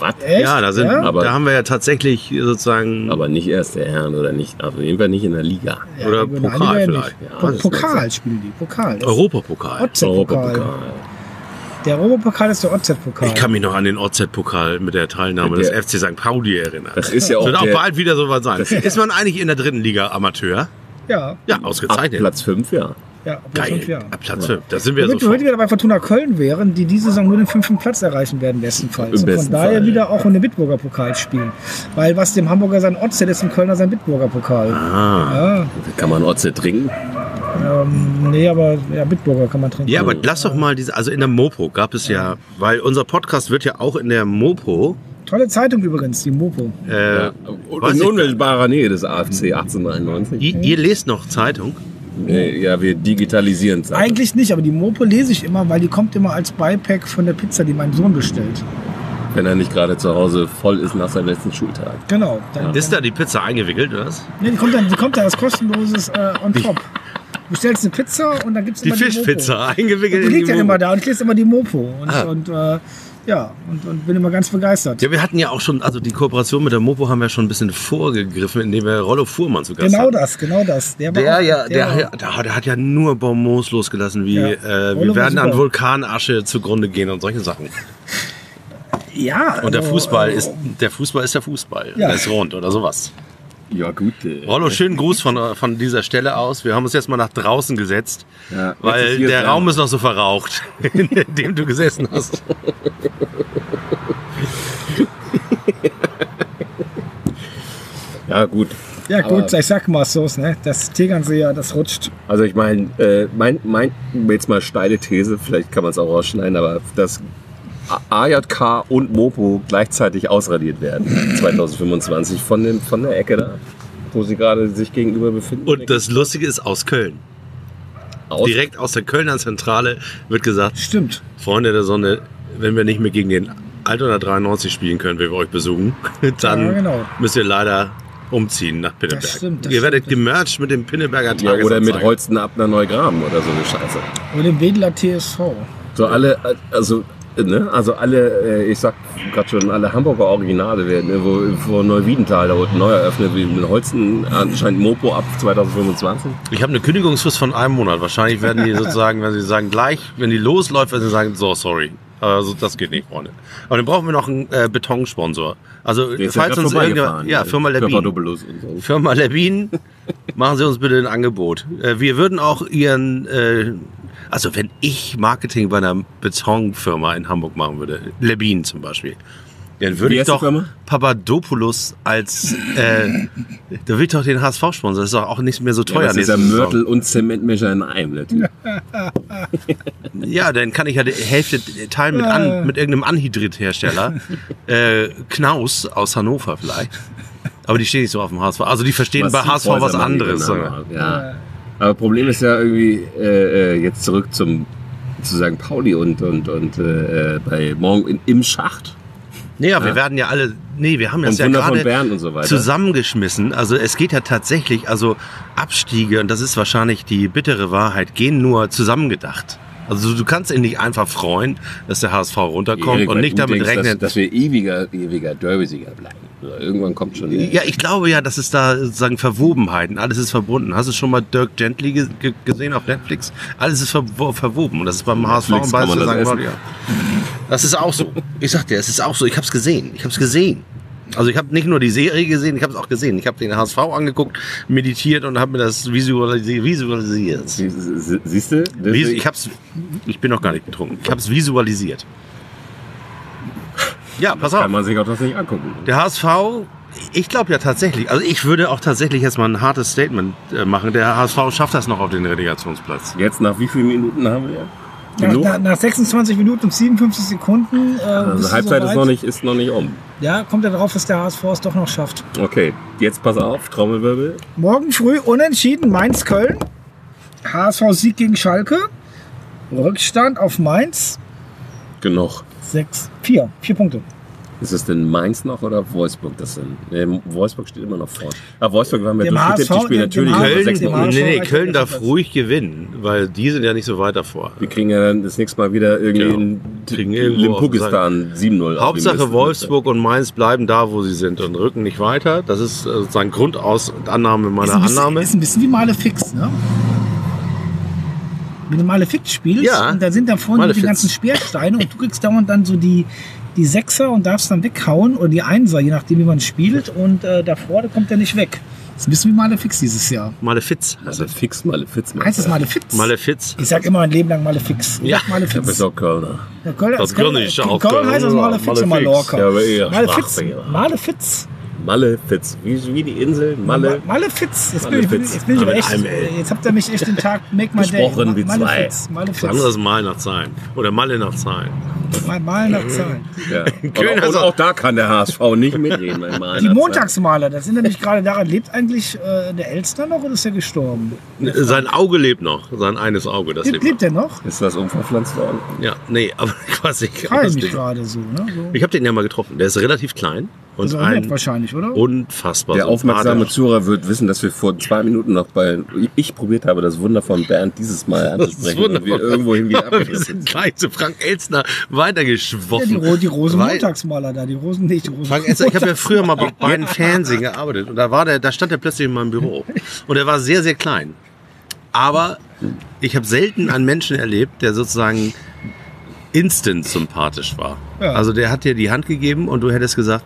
S5: Was?
S2: Echt?
S4: Ja, da, sind,
S2: Ja?
S5: Aber-
S4: da haben wir ja tatsächlich sozusagen.
S5: Aber nicht erste Herren oder nicht, also jedenfalls nicht in der Liga.
S4: oder
S2: Ja, Regionalliga
S4: Pokal
S2: ja
S4: vielleicht.
S2: nicht.
S5: Ja,
S2: Po-
S5: das ist
S2: Pokal spielen die. Pokal. Das-
S4: Europapokal.
S2: OZ-Pokal. Der Europapokal ist der OZ-Pokal.
S4: Ich kann mich noch an den OZ-Pokal mit der Teilnahme
S5: Der-
S4: des FC St. Pauli erinnern.
S5: Das ist ja auch
S4: wird auch
S5: der
S4: bald wieder so was sein. Ist man eigentlich in der dritten Liga Amateur?
S2: Ja,
S4: Ja,
S5: ab
S4: ausgezeichnet.
S5: Platz 5, ja.
S2: ja, ab Platz
S4: Geil.
S2: fünf, ja.
S4: Ab Platz 5. Da sind wir
S2: Damit wir heute
S4: sofort.
S2: wieder bei Fortuna Köln wären, die diese Saison nur den fünften Platz erreichen werden, bestenfalls.
S5: Im
S2: Und
S5: besten
S2: von daher
S5: Fall.
S2: wieder auch in den Bitburger Pokal spielen. Weil was dem Hamburger sein Otzel ist, dem Kölner sein Bitburger Pokal.
S4: Ah.
S2: Ja,
S5: Kann man OZ trinken?
S2: ähm, nee, aber ja, Bitburger kann man trinken.
S4: Ja, aber lass doch mal diese, also in der Mopo gab es ja, weil unser Podcast wird ja auch in der Mopo,
S2: Tolle Zeitung übrigens, die Mopo.
S4: äh,
S5: Ja.
S4: weiß
S5: In
S4: ich-
S5: unmittelbarer Nähe des AFC 1893.
S4: ihr, ihr lest noch Zeitung.
S5: Äh, Ja, wir digitalisieren es.
S2: Eigentlich nicht, aber die Mopo lese ich immer, weil die kommt immer als Beipack von der Pizza, die mein Sohn bestellt.
S5: Wenn er nicht gerade zu Hause voll ist nach seinem letzten Schultag.
S2: Genau. Dann,
S4: Ist da die Pizza eingewickelt, oder was?
S2: nee, die kommt dann, die kommt dann als kostenloses äh, on top. Du bestellst eine Pizza und dann gibt's
S4: Die
S2: immer die Mopo.
S4: Fischpizza eingewickelt
S2: Die liegt ja
S4: Mopo.
S2: immer da und ich lese immer die Mopo. Und,
S4: Ah.
S2: und äh, ja, und, und bin immer ganz begeistert.
S4: Ja, wir hatten ja auch schon, also die Kooperation mit der Mopo haben wir schon ein bisschen vorgegriffen, indem wir Rollo Fuhrmann zu Gast
S2: genau
S4: hatten.
S2: das, genau das. Der, war
S4: Der,
S2: auch-
S4: ja, der,
S2: war-
S4: ja, der, der hat ja nur Bonbons losgelassen, wie
S2: Ja.
S4: äh,
S2: Rollo
S4: wir
S2: war
S4: werden an
S2: super.
S4: Vulkanasche zugrunde gehen und solche Sachen.
S2: ja
S4: Und der
S2: also,
S4: Fußball
S2: äh,
S4: ist der Fußball ist der Fußball.
S2: Ja.
S4: Der ist rund oder sowas.
S5: Ja, gut. äh,
S4: Rollo, schönen Gruß von, von dieser Stelle aus. Wir haben uns jetzt mal nach draußen gesetzt,
S5: Ja, jetzt ist
S4: weil
S5: hier
S4: der
S5: wärmer.
S4: Raum ist noch so verraucht, in dem du gesessen hast.
S5: Ja, gut.
S2: Ja gut,
S5: Aber-
S2: ich sag mal so, ne? das Tegernseher, das rutscht.
S5: Also ich meine, äh, mein, mein, jetzt mal steile These, vielleicht kann man es auch rausschneiden, aber dass A- AJK und Mopo gleichzeitig ausradiert werden 2025 von, dem, von der Ecke da, wo sie gerade sich gegenüber befinden.
S4: Und das Lustige ist aus Köln.
S5: Aus-
S4: Direkt aus der Kölner Zentrale wird gesagt,
S2: Stimmt.
S4: Freunde der Sonne, wenn wir nicht mehr gegen den Altona 93 spielen können, wenn wir euch besuchen, dann
S2: Ja, genau.
S4: müsst ihr leider umziehen nach Pinneberg.
S2: Das stimmt, das
S4: ihr werdet
S2: stimmt.
S4: gemerged mit dem Pinneberger
S5: ja,
S4: Tagesanzeiger.
S5: oder mit Holsten ab einer Neugraben oder so eine Scheiße.
S2: Und im Wedler TSV.
S5: So alle, äh, also, äh, ne? also alle, äh, ich sag gerade schon, alle Hamburger Originale werden irgendwo vor Neuwiedental da unten neu eröffnet, wie mit Holsten anscheinend Mopo ab 2025.
S4: Ich habe eine Kündigungsfrist von einem Monat. Wahrscheinlich werden die sozusagen, wenn sie sagen, gleich, wenn die losläuft, werden sie sagen, so, sorry. Also das geht nicht, Freunde. Aber dann brauchen wir noch einen äh, Betonsponsor. Also
S5: Der ist
S4: falls
S5: gerade
S4: uns irgendjemand,
S5: vorbeigefahren, ne?
S4: ja, Firma Labin,
S5: Körperdoppellos und so.
S4: Firma Labin, machen Sie uns bitte ein Angebot. Äh, wir würden auch Ihren, äh, also wenn ich Marketing bei einer Betonfirma in Hamburg machen würde, Labin zum Beispiel, dann würde
S5: Wie
S4: ich
S5: heißt die
S4: doch
S5: Firma?
S4: Papadopoulos als, äh, da will ich doch den HSV-Sponsor. Das ist doch auch nicht mehr so
S5: Ja,
S4: teuer.
S5: das ist
S4: nächste
S5: ja
S4: Saison.
S5: Mörtel und Zementmischer in einem, der Typ.
S4: Ja, dann kann ich ja die Hälfte teilen mit, an, mit irgendeinem Anhydrid-Hersteller. äh, Knaus aus Hannover vielleicht. Aber die stehen nicht so auf dem HSV. Also die verstehen bei HSV was
S5: Massivhäuser
S4: anderes.
S5: machen die
S4: sogar.
S5: dann aber, genau. Ja. Aber Problem ist ja irgendwie, äh, äh, jetzt zurück zum, zu sagen, Pauli und, und, und äh, äh, bei morgen in, im Schacht.
S4: Nee, ja, wir werden ja alle. Nee, wir haben das
S5: Und
S4: ja
S5: Wunder von
S4: gerade
S5: Bern und so weiter.
S4: zusammengeschmissen. Also es geht ja tatsächlich, also Abstiege, und das ist wahrscheinlich die bittere Wahrheit, gehen nur zusammengedacht. Also du kannst ihn nicht einfach freuen, dass der HSV runterkommt
S5: Erik,
S4: und
S5: weil
S4: nicht
S5: du
S4: damit
S5: denkst,
S4: rechnen,
S5: Dass, dass wir ewiger, ewiger Derby-Sieger bleiben. Also irgendwann kommt schon.
S4: Ja, ich glaube ja, dass es da sozusagen Verwobenheiten, alles ist verbunden. Hast du schon mal Dirk Gently ge ge gesehen auf Netflix? Alles ist verwo verwoben und das ist beim HSV und
S5: Netflix
S4: bei
S5: kann man das
S4: St.
S5: essen.
S4: Pauli. ja. Das ist auch so. Ich sag dir, es ist auch so. Ich hab's gesehen. Ich hab's gesehen. Also ich habe nicht nur die Serie gesehen, ich habe es auch gesehen. Ich habe den HSV angeguckt, meditiert und habe mir das visualisi visualisiert.
S5: Sie- sie- Siehst du?
S4: Vis ich hab's, ich bin noch gar nicht betrunken. Ich habe es visualisiert. Ja, pass auf.
S5: kann man sich auch das nicht angucken.
S4: Der HSV, ich glaube ja tatsächlich, also ich würde auch tatsächlich jetzt mal ein hartes Statement äh, machen. Der HSV schafft das noch auf den Relegationsplatz.
S5: Jetzt nach wie vielen Minuten haben wir?
S2: Nach,
S5: Genug?
S2: nach, nach 26 Minuten und 57 Sekunden. Äh, bist
S5: Also
S2: du
S5: Halbzeit ist
S2: soweit.
S5: noch nicht, ist noch nicht um.
S2: Ja, kommt er drauf, dass der HSV es doch noch schafft.
S5: Okay, jetzt pass auf, Trommelwirbel.
S2: Morgen früh unentschieden Mainz-Köln. HSV-Sieg gegen Schalke. Rückstand auf Mainz.
S5: Genug.
S2: 6, 4. 4 Punkte.
S5: Ist es denn Mainz noch oder Wolfsburg das denn? Nee, Wolfsburg steht immer noch vorne. Ah, Wolfsburg haben wir
S2: Dem
S5: durchgetippt,
S2: HSV
S5: die
S2: dem-
S5: spielen
S2: dem
S5: natürlich
S2: HSV
S5: nur
S4: Köln,
S5: Also sechs
S2: dem
S5: Minuten.
S2: HSV
S4: nee, nee,
S2: reicht
S4: Köln
S2: der
S4: darf
S2: Platz.
S4: ruhig gewinnen, weil die sind ja nicht so weit davor.
S5: Wir kriegen ja dann das nächste Mal wieder irgendwie
S4: Ja.
S5: in
S4: Kriegen
S5: T-
S4: irgendwo
S5: Limpukistan 7-0. auf die
S4: Hauptsache
S5: Mist.
S4: Wolfsburg und Mainz bleiben da, wo sie sind und rücken nicht weiter. Das ist äh, sozusagen Grundaus Annahme meiner
S2: ist, ein bisschen,
S4: Annahme.
S2: ist ein bisschen wie Malefix, ne? Wenn du Malefix spielst
S4: Ja.
S2: und da sind da vorne die
S4: Malefiz.
S2: ganzen Speersteine und du kriegst dauernd dann so die, die Sechser und darfst dann weghauen oder die Einser, je nachdem wie man spielt und äh, da vorne kommt der nicht weg. ist ein bisschen wie Malefix dieses Jahr.
S4: Malefiz.
S5: Also fix mal, fix mal.
S2: Heißt es Malefiz?
S4: Malefiz.
S2: ich sag immer mein Leben lang Malefiz. Ich
S4: Ja.
S2: sag Malefiz.
S5: Ist auch ne? Kölner.
S2: Ja, Köln,
S4: Das
S2: Köln,
S4: kann ich
S2: Köln,
S4: auch.
S2: Köln heißt es
S4: Ja,
S2: Malefiz und
S4: Malefiz.
S2: Mallorca.
S5: Ja, aber eher
S2: Malefiz.
S5: Sprachfehler.
S2: Malefiz.
S5: Malle, Fitz. Wie, wie die Insel, Malle.
S2: Malefiz. Jetzt bin ich,
S5: Malefiz.
S2: jetzt bin ich
S5: Aber
S2: aber
S5: mit
S2: echt.
S5: einem L.
S2: Jetzt habt ihr mich echt den Tag Make My
S5: Gesprochen
S2: Day.
S5: wie zwei.
S2: Malefiz.
S4: Das andere
S2: Malefiz.
S4: ist Mal nach Zahlen. Oder Malle nach Zahlen.
S2: Mal, mal
S4: Mhm.
S2: nach Zahlen.
S5: Ja. Und,
S4: Köln
S5: auch,
S4: hat's
S5: und
S4: auch-
S5: auch da kann der HSV nicht mitreden. wenn mal
S2: Die
S5: einer
S2: Montagsmaler, das sind nämlich gerade daran. Lebt eigentlich äh, der Elster noch oder ist er gestorben?
S4: Sein Auge lebt noch. Sein eines Auge, das
S2: Lebt,
S4: lebt
S2: lebt er noch?
S5: sagt. Ist das umverpflanzt worden?
S4: noch. Ja, nee, aber quasi. Ich,
S2: Frage
S4: weiß
S2: ich mich
S4: nicht.
S2: gerade so. Ne? so.
S4: ich habe den ja mal getroffen. Der ist relativ klein. Und
S2: Also
S4: ein,
S2: 100 wahrscheinlich, oder?
S4: Unfassbar.
S5: Der
S4: sympathisch.
S5: aufmerksame Zuhörer wird wissen, dass wir vor zwei Minuten noch bei ich probiert habe, das Wunder von Bernd dieses Mal anzusprechen, und wir
S4: wunderbar.
S5: irgendwo hingehen
S4: Aber wir sind
S5: abgerissen.
S4: gleich zu Frank Elzner
S2: Ja, die,
S4: weitergeschwoffen.
S2: Ro- die Rosen
S4: Weil-
S2: Montagsmaler da, die Rosen nicht, die Rosen.
S4: Frank Elzner, ich habe ja früher mal bei einem Fernsehen gearbeitet und da war der, da stand er plötzlich in meinem Büro und er war sehr, sehr klein. Aber ich habe selten einen Menschen erlebt, der sozusagen instant sympathisch war.
S2: Ja.
S4: Also der hat dir die Hand gegeben und du hättest gesagt,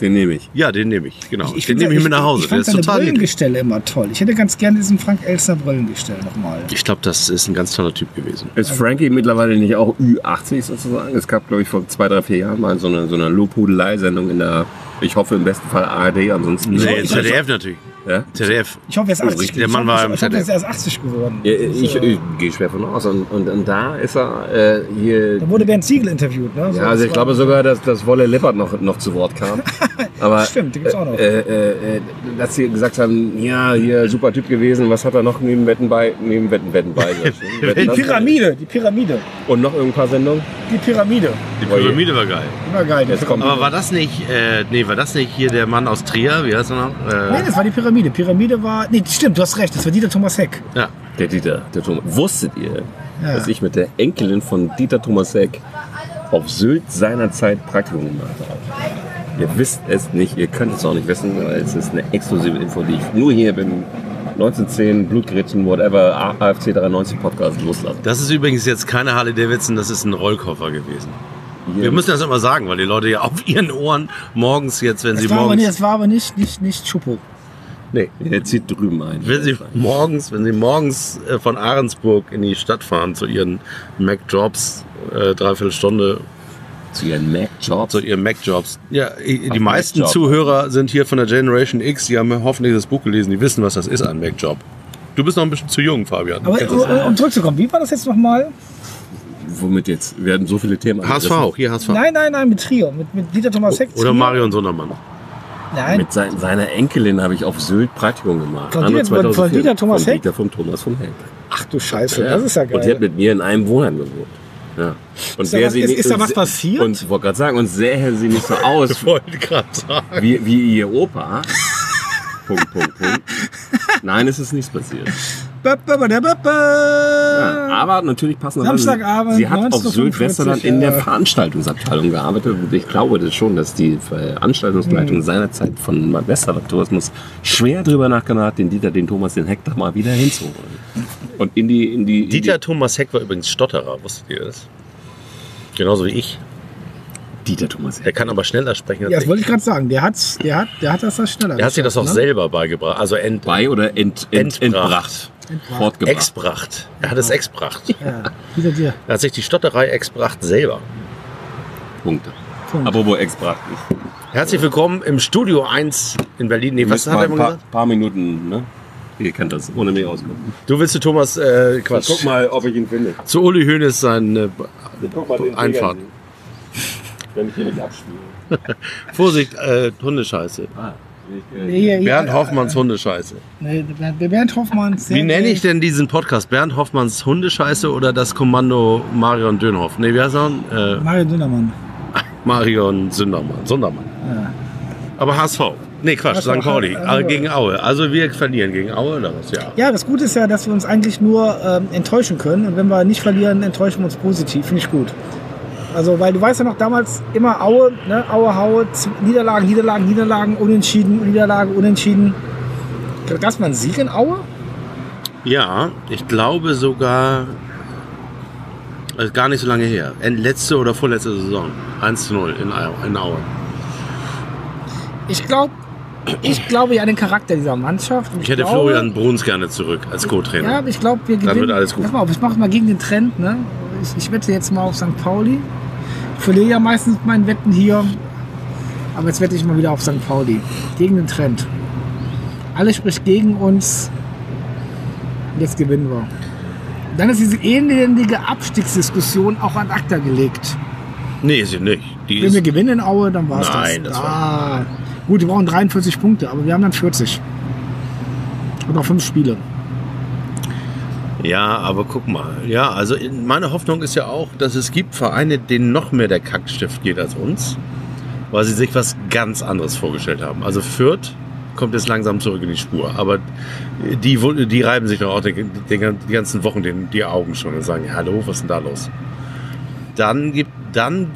S5: Den nehme ich.
S4: Ja, den nehme ich, genau. den
S2: find-
S4: nehme ich mit nach Hause.
S2: Ich
S4: Der
S2: fand
S4: ist
S2: seine
S4: total niedlich.
S2: Brillengestelle immer toll. Ich hätte ganz gerne diesen Frank Elster Brillengestell nochmal.
S4: Ich glaube, das ist ein ganz toller Typ gewesen.
S5: Ist Frankie mittlerweile nicht auch Ü80 sozusagen? Es gab, glaube ich, vor zwei, drei, vier Jahren mal so eine, so eine Lobhudelei-Sendung in der, ich hoffe im besten Fall ARD, ansonsten.
S4: Nee,
S5: ich,
S4: ZDF natürlich.
S5: ja?
S4: ZDF.
S2: Ich hoffe, er ist 80.
S4: Oh, richtig, der Mann
S2: ich hoffe,
S4: war im
S2: ich hoffe, er ist
S4: ZDF.
S2: erst 80 geworden.
S5: Ja,
S2: Das ist,
S5: ich,
S2: äh,
S5: ich gehe schwer von aus. Und, und, und da ist er äh, hier.
S2: da wurde Bernd Siegel interviewt, ne? So,
S5: Ja, also
S2: das
S5: ich
S2: war-
S5: glaube sogar, dass, dass Wolle Lippert noch, noch zu Wort kam. Aber,
S2: Stimmt, die gibt's auch noch.
S5: Äh, äh, äh, dass sie gesagt haben, ja, hier super Typ gewesen, was hat er noch neben Wetten bei? Neben Wetten, Wetten bei.
S4: Die
S5: Wetten,
S2: Die
S5: das-
S2: Pyramide, die Pyramide,
S5: Und noch irgendein paar Sendungen.
S2: die Pyramide.
S4: Die Pyramide war geil.
S2: Immer geil. die
S5: Jetzt kommt-
S4: Aber war das nicht, äh, nee, war das nicht hier der Mann aus Trier? Wie heißt er noch? Äh,
S2: Nein, das war die Pyramide. Pyramide war. Nee, stimmt, du hast recht. Das war Dieter Thomas Heck.
S4: ja.
S5: Der Dieter, der Thomas. Wusstet ihr,
S2: Ja.
S5: dass ich mit der Enkelin von Dieter Thomas Heck auf Sylt seinerzeit Praktikum gemacht habe? Ihr wisst es nicht, ihr könnt es auch nicht wissen, weil es ist eine exklusive Info, die ich nur hier beim 1910 Blutgrätschen, whatever, AFC 93 Podcast loslasse.
S4: Das ist übrigens jetzt keine Harley Davidson, das ist ein Rollkoffer gewesen.
S5: Hier-
S4: Wir müssen das immer sagen, weil die Leute ja auf ihren Ohren morgens jetzt, wenn sie
S2: Das war, aber,
S4: morgens,
S2: nicht- das war aber nicht, nicht, nicht Schupo.
S4: nee,
S5: Der zieht drüben ein.
S4: wenn sie morgens, wenn sie morgens äh, von Ahrensburg in die Stadt fahren zu ihren Mac-Jobs, äh, dreiviertel Stunde
S5: zu ihren Mac Jobs.
S4: zu ihren Mac-Jobs. Ja, i-
S5: Ach,
S4: die meisten
S5: Mac-Job.
S4: Zuhörer sind hier von der Generation X, die haben hoffentlich das Buch gelesen, die wissen, was das ist, ein Mac-Job. Du bist noch ein bisschen zu jung, Fabian.
S2: Aber um, um zurückzukommen, wie war das jetzt nochmal?
S5: Womit jetzt werden so viele Themen
S4: HSV, hier HSV.
S2: Nein, nein, nein, mit Trio. Mit, mit Dieter Thomas Heck.
S4: Oder
S2: Trio.
S4: Marion Sondermann.
S5: angerissen.
S2: Nein,
S5: Mit sein, seiner Enkelin habe ich auf Sylt Praktikum gemacht.
S2: Von
S5: Anno
S2: Dieter- von
S5: 2004.
S2: Dieter Thomas
S5: von
S2: Heck?
S5: Dieter von Thomas von Heck.
S2: ach du Scheiße, das ist ja
S5: Und die
S2: geil.
S5: hat mit mir in einem Wohnheim gewohnt. Ja. Und
S2: Ist da was- ist- ist da was passiert?
S5: Und wollte gerade sagen, und sähe sie nicht so aus
S4: Wollte gerade sagen.
S5: wie, wie ihr Opa. Punkt, Punkt, Punkt. Nein, es ist nichts passiert.
S2: Ba, ba, ba, da, ba, ba.
S5: Ja, aber natürlich passenderweise.
S2: Samstagabend,
S5: Sie hat auf
S2: 19:45,
S5: Südwesterland in der
S2: ja.
S5: Veranstaltungsabteilung gearbeitet und ich glaube das schon, dass die Veranstaltungsleitung
S2: Mhm.
S5: seinerzeit von Westerland Tourismus schwer drüber nachgedacht hat, den Dieter, den Thomas, den Heck doch mal wieder hinzuholen. Und in die, in die, in
S4: Dieter Thomas Heck war übrigens Stotterer, wusstet ihr das? Genauso wie ich.
S5: die, Dieter Thomas
S4: Der
S5: Heck.
S4: kann aber schneller sprechen als
S2: Ja, das
S4: ich.
S2: wollte ich gerade sagen. Der hat, der, hat, der hat das da schneller
S4: Er hat sich das auch
S2: geschafft, ne?
S4: selber beigebracht. Also ent,
S5: Bei oder ent, ent,
S4: Entbracht. genau.
S5: entbracht. Fortgebracht.
S4: exbracht. Er hat es exbracht.
S2: ne? Ja, Dieter dir.
S4: Er hat sich die Stotterei exbracht selber.
S5: Punkte.
S2: Punkt.
S5: Apropos exbracht.
S4: Herzlich willkommen im Studio 1 in Berlin. Nee, was
S5: Müssen
S4: hat
S5: mal
S4: er
S5: ein
S4: immer
S5: paar,
S4: gesagt?
S5: paar Minuten, ne? Ihr kennt das, ohne mich auskommen.
S4: Du willst zu Thomas, äh, Quatsch.
S5: Guck mal, ob ich ihn finde.
S4: Zu Uli Hoeneß sein äh,
S5: Guck mal, den
S4: Einfahrt.
S5: Tegernseher. Wenn ich hier nicht abspiele.
S4: Vorsicht, äh, Hundescheiße.
S5: Ah, ich, äh,
S2: Hier, hier,
S4: Bernd Hoffmanns Hundescheiße.
S2: Nee, der Bernd, der Bernd Hoffmann. sehr
S4: Wie nenne
S2: geil.
S4: ich denn diesen Podcast? Bernd Hoffmanns Hundescheiße oder das Kommando Marion Dönhoff? Nee, wie heißt er? Äh,
S2: Mario Dünnermann.
S4: Marion Sündermann. Sundermann. Aber HSV. Nee, Quatsch,
S2: HSV,
S4: St. Pauli.
S2: Aue.
S4: Äh, Gegen Aue. Also wir verlieren gegen Aue oder was? Ja.
S2: Ja, das Gute ist ja, dass wir uns eigentlich nur ähm, enttäuschen können. Und wenn wir nicht verlieren, enttäuschen wir uns positiv. Finde ich gut. Also, weil du weißt ja noch damals immer Aue, ne? Aue, Haue, Z- Niederlagen, Niederlagen, Niederlagen, Unentschieden, Niederlage, Unentschieden. Gab es mal einen Sieg in Aue?
S4: Ja, ich glaube sogar äh, gar nicht so lange her. End- Letzte oder vorletzte Saison. 1 zu 0 in Aue. In Aue.
S2: Ich glaube, ich glaube ja an den Charakter dieser Mannschaft. Und
S4: Ich hätte
S2: glaube,
S4: Florian Bruns gerne zurück als Co-Trainer.
S2: Ja, aber ich glaube, wir gewinnen.
S4: Genau. wird alles gut.
S2: Pass mal auf, ich mache mal gegen den Trend. Ne? Ich, ich wette jetzt mal auf St. Pauli. Ich verliere ja meistens mit meinen Wetten hier. Aber jetzt wette ich mal wieder auf St. Pauli. Gegen den Trend. Alles spricht gegen uns. Und Jetzt gewinnen wir. Dann ist diese elendige Abstiegsdiskussion auch an ACTA gelegt.
S4: Nee, ist sie nicht. Die
S2: Wenn
S4: ist,
S2: wir gewinnen in Aue, dann war es das.
S4: Nein, das war-
S2: ah. Gut, wir brauchen 43 Punkte, aber wir haben dann 40. Und noch fünf Spiele.
S4: Ja, aber guck mal. Ja, also in- meine Hoffnung ist ja auch, dass es gibt Vereine, denen noch mehr der Kackstift geht als uns, weil sie sich was ganz anderes vorgestellt haben. Also Fürth kommt jetzt langsam zurück in die Spur, aber die, wo- die reiben sich doch auch den, den, die ganzen Wochen den, die Augen schon und sagen, hallo, was ist denn da los? Dann gibt dann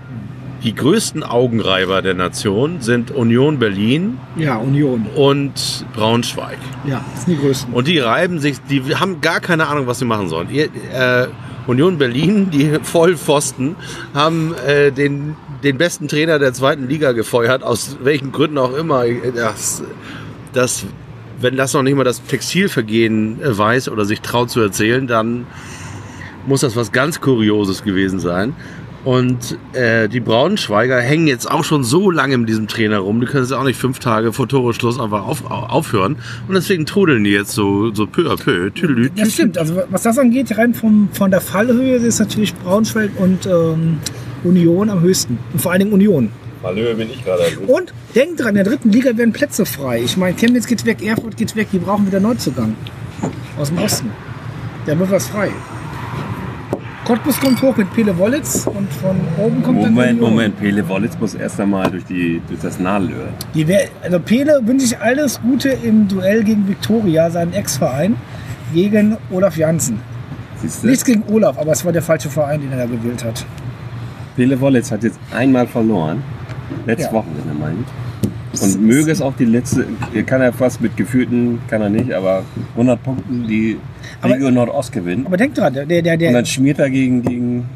S4: die größten Augenreiber der Nation sind Union Berlin
S2: Ja, Union.
S4: und Braunschweig.
S2: Ja, das sind die größten.
S4: Und die reiben sich, die haben gar keine Ahnung, was sie machen sollen. Ihr, äh, Union Berlin, die Vollpfosten, haben äh, den, den besten Trainer der zweiten Liga gefeuert, aus welchen Gründen auch immer. äh, Das, das, wenn das noch nicht mal das Textilvergehen äh, weiß oder sich traut zu erzählen, dann muss das was ganz Kurioses gewesen sein. Und äh, die Braunschweiger hängen jetzt auch schon so lange mit diesem Trainer rum. Die können jetzt auch nicht fünf Tage vor Toreschluss einfach auf, au- aufhören. Und deswegen trudeln die jetzt so, so peu à peu. Tüdelü,
S2: Ja, stimmt. Also was das angeht, rein vom, von der Fallhöhe ist natürlich Braunschweig und ähm, Union am höchsten. Und vor allen Dingen Union.
S7: Malö bin ich gerade.
S2: Und denkt dran, in der dritten Liga werden Plätze frei. Ich meine, Chemnitz geht weg, Erfurt geht weg, die brauchen wieder Neuzugang. Aus dem Osten. Da wird was frei. Cottbus kommt hoch mit Pele Wollitz und von oben kommt dann
S5: Moment,
S2: Union.
S5: Moment, Pele Wollitz muss erst einmal durch, die, durch das Nadelöhr.
S2: Die wär, also Pele wünsche ich alles Gute im Duell gegen Viktoria, seinen Ex-Verein, gegen Olaf Janssen.
S5: Siehst du?
S2: Nichts gegen Olaf, aber es war der falsche Verein, den er da gewählt hat.
S5: Pele Wollitz hat jetzt einmal verloren. Letztes
S2: Ja.
S5: Wochenende, meine ich. Und möge es auch die letzte, kann er fast mit geführten, kann er nicht, aber 100 Punkten die
S2: Aber-
S5: Region Nordost gewinnen.
S2: Aber denkt dran, der, der,
S5: Und
S2: der,
S5: dann schmiert er gegen, gegen,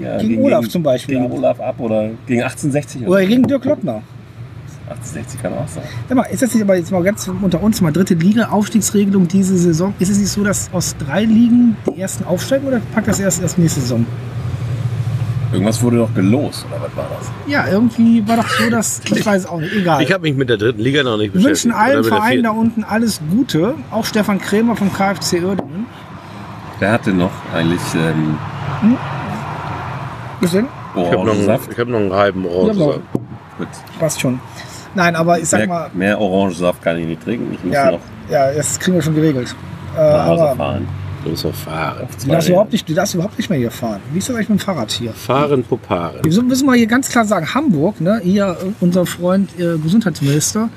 S5: ja,
S2: Gegen Olaf zum Beispiel
S5: Gegen
S2: ab.
S5: Olaf ab oder gegen 1860.
S2: oder gegen Dirk Lottner.
S5: 1860 kann auch sein.
S2: Sag mal, ist das nicht aber jetzt mal ganz unter uns mal dritte Liga Aufstiegsregelung diese Saison? Ist es nicht so, dass aus drei Ligen die ersten aufsteigen oder packt das erst erst nächste Saison?
S5: Irgendwas wurde doch gelost, oder was war das?
S2: Ja, irgendwie war doch so, dass ich weiß auch nicht. Egal.
S4: Ich habe mich mit der dritten Liga noch nicht
S2: Wir
S4: beschäftigt.
S2: wünschen allen
S4: Oder mit der
S2: Vereinen da
S4: vierten.
S2: unten alles Gute, auch Stefan Krämer vom KFC Uerdingen.
S5: Der hatte noch eigentlich ähm,
S2: Gesehen?
S4: Ich habe noch,
S5: Orangensaft.
S4: einen- ich hab noch einen halben
S2: Ja, aber-
S4: Orangensaft.
S5: Gut.
S2: Passt schon. Nein, aber ich sag mal,
S5: Mehr, mehr Orangensaft kann ich nicht trinken. Ich muss
S2: ja,
S5: noch
S2: ja, das kriegen wir schon geregelt. Äh,
S5: nach Hause
S2: aber
S5: fahren.
S4: Du musst noch fahren.
S2: du darfst, überhaupt nicht, du darfst überhaupt nicht mehr hier fahren. Wie ist das eigentlich mit dem Fahrrad hier?
S4: Fahren Poparen.
S2: Wir müssen mal hier ganz klar sagen, Hamburg, ne, hier äh, unser Freund äh, Gesundheitsminister,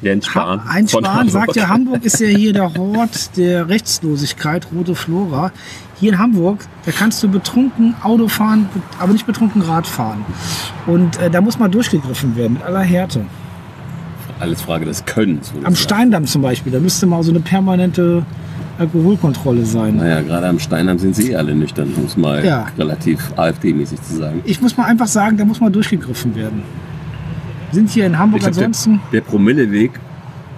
S5: Jens Spahn.
S2: Ha ein
S5: von
S2: Spahn
S5: Hamburg.
S2: sagt ja, Hamburg ist ja hier der Hort der Rechtslosigkeit, rote Flora. Hier in Hamburg, da kannst du betrunken Auto fahren, be- aber nicht betrunken Rad fahren. Und äh, da muss mal durchgegriffen werden, mit aller Härte.
S5: Alles Frage des Könnens. würde
S2: Am
S5: ich sagen.
S2: Steindamm zum Beispiel, da müsste mal so eine permanente Alkoholkontrolle sein. ne?
S5: Naja, gerade am Steinheim sind sie eh alle nüchtern, um es mal
S2: Ja.
S5: relativ AfD-mäßig zu sagen.
S2: Ich muss mal einfach sagen, da muss mal durchgegriffen werden. Sind hier in Hamburg
S5: glaub, der,
S2: ansonsten.
S5: der Promilleweg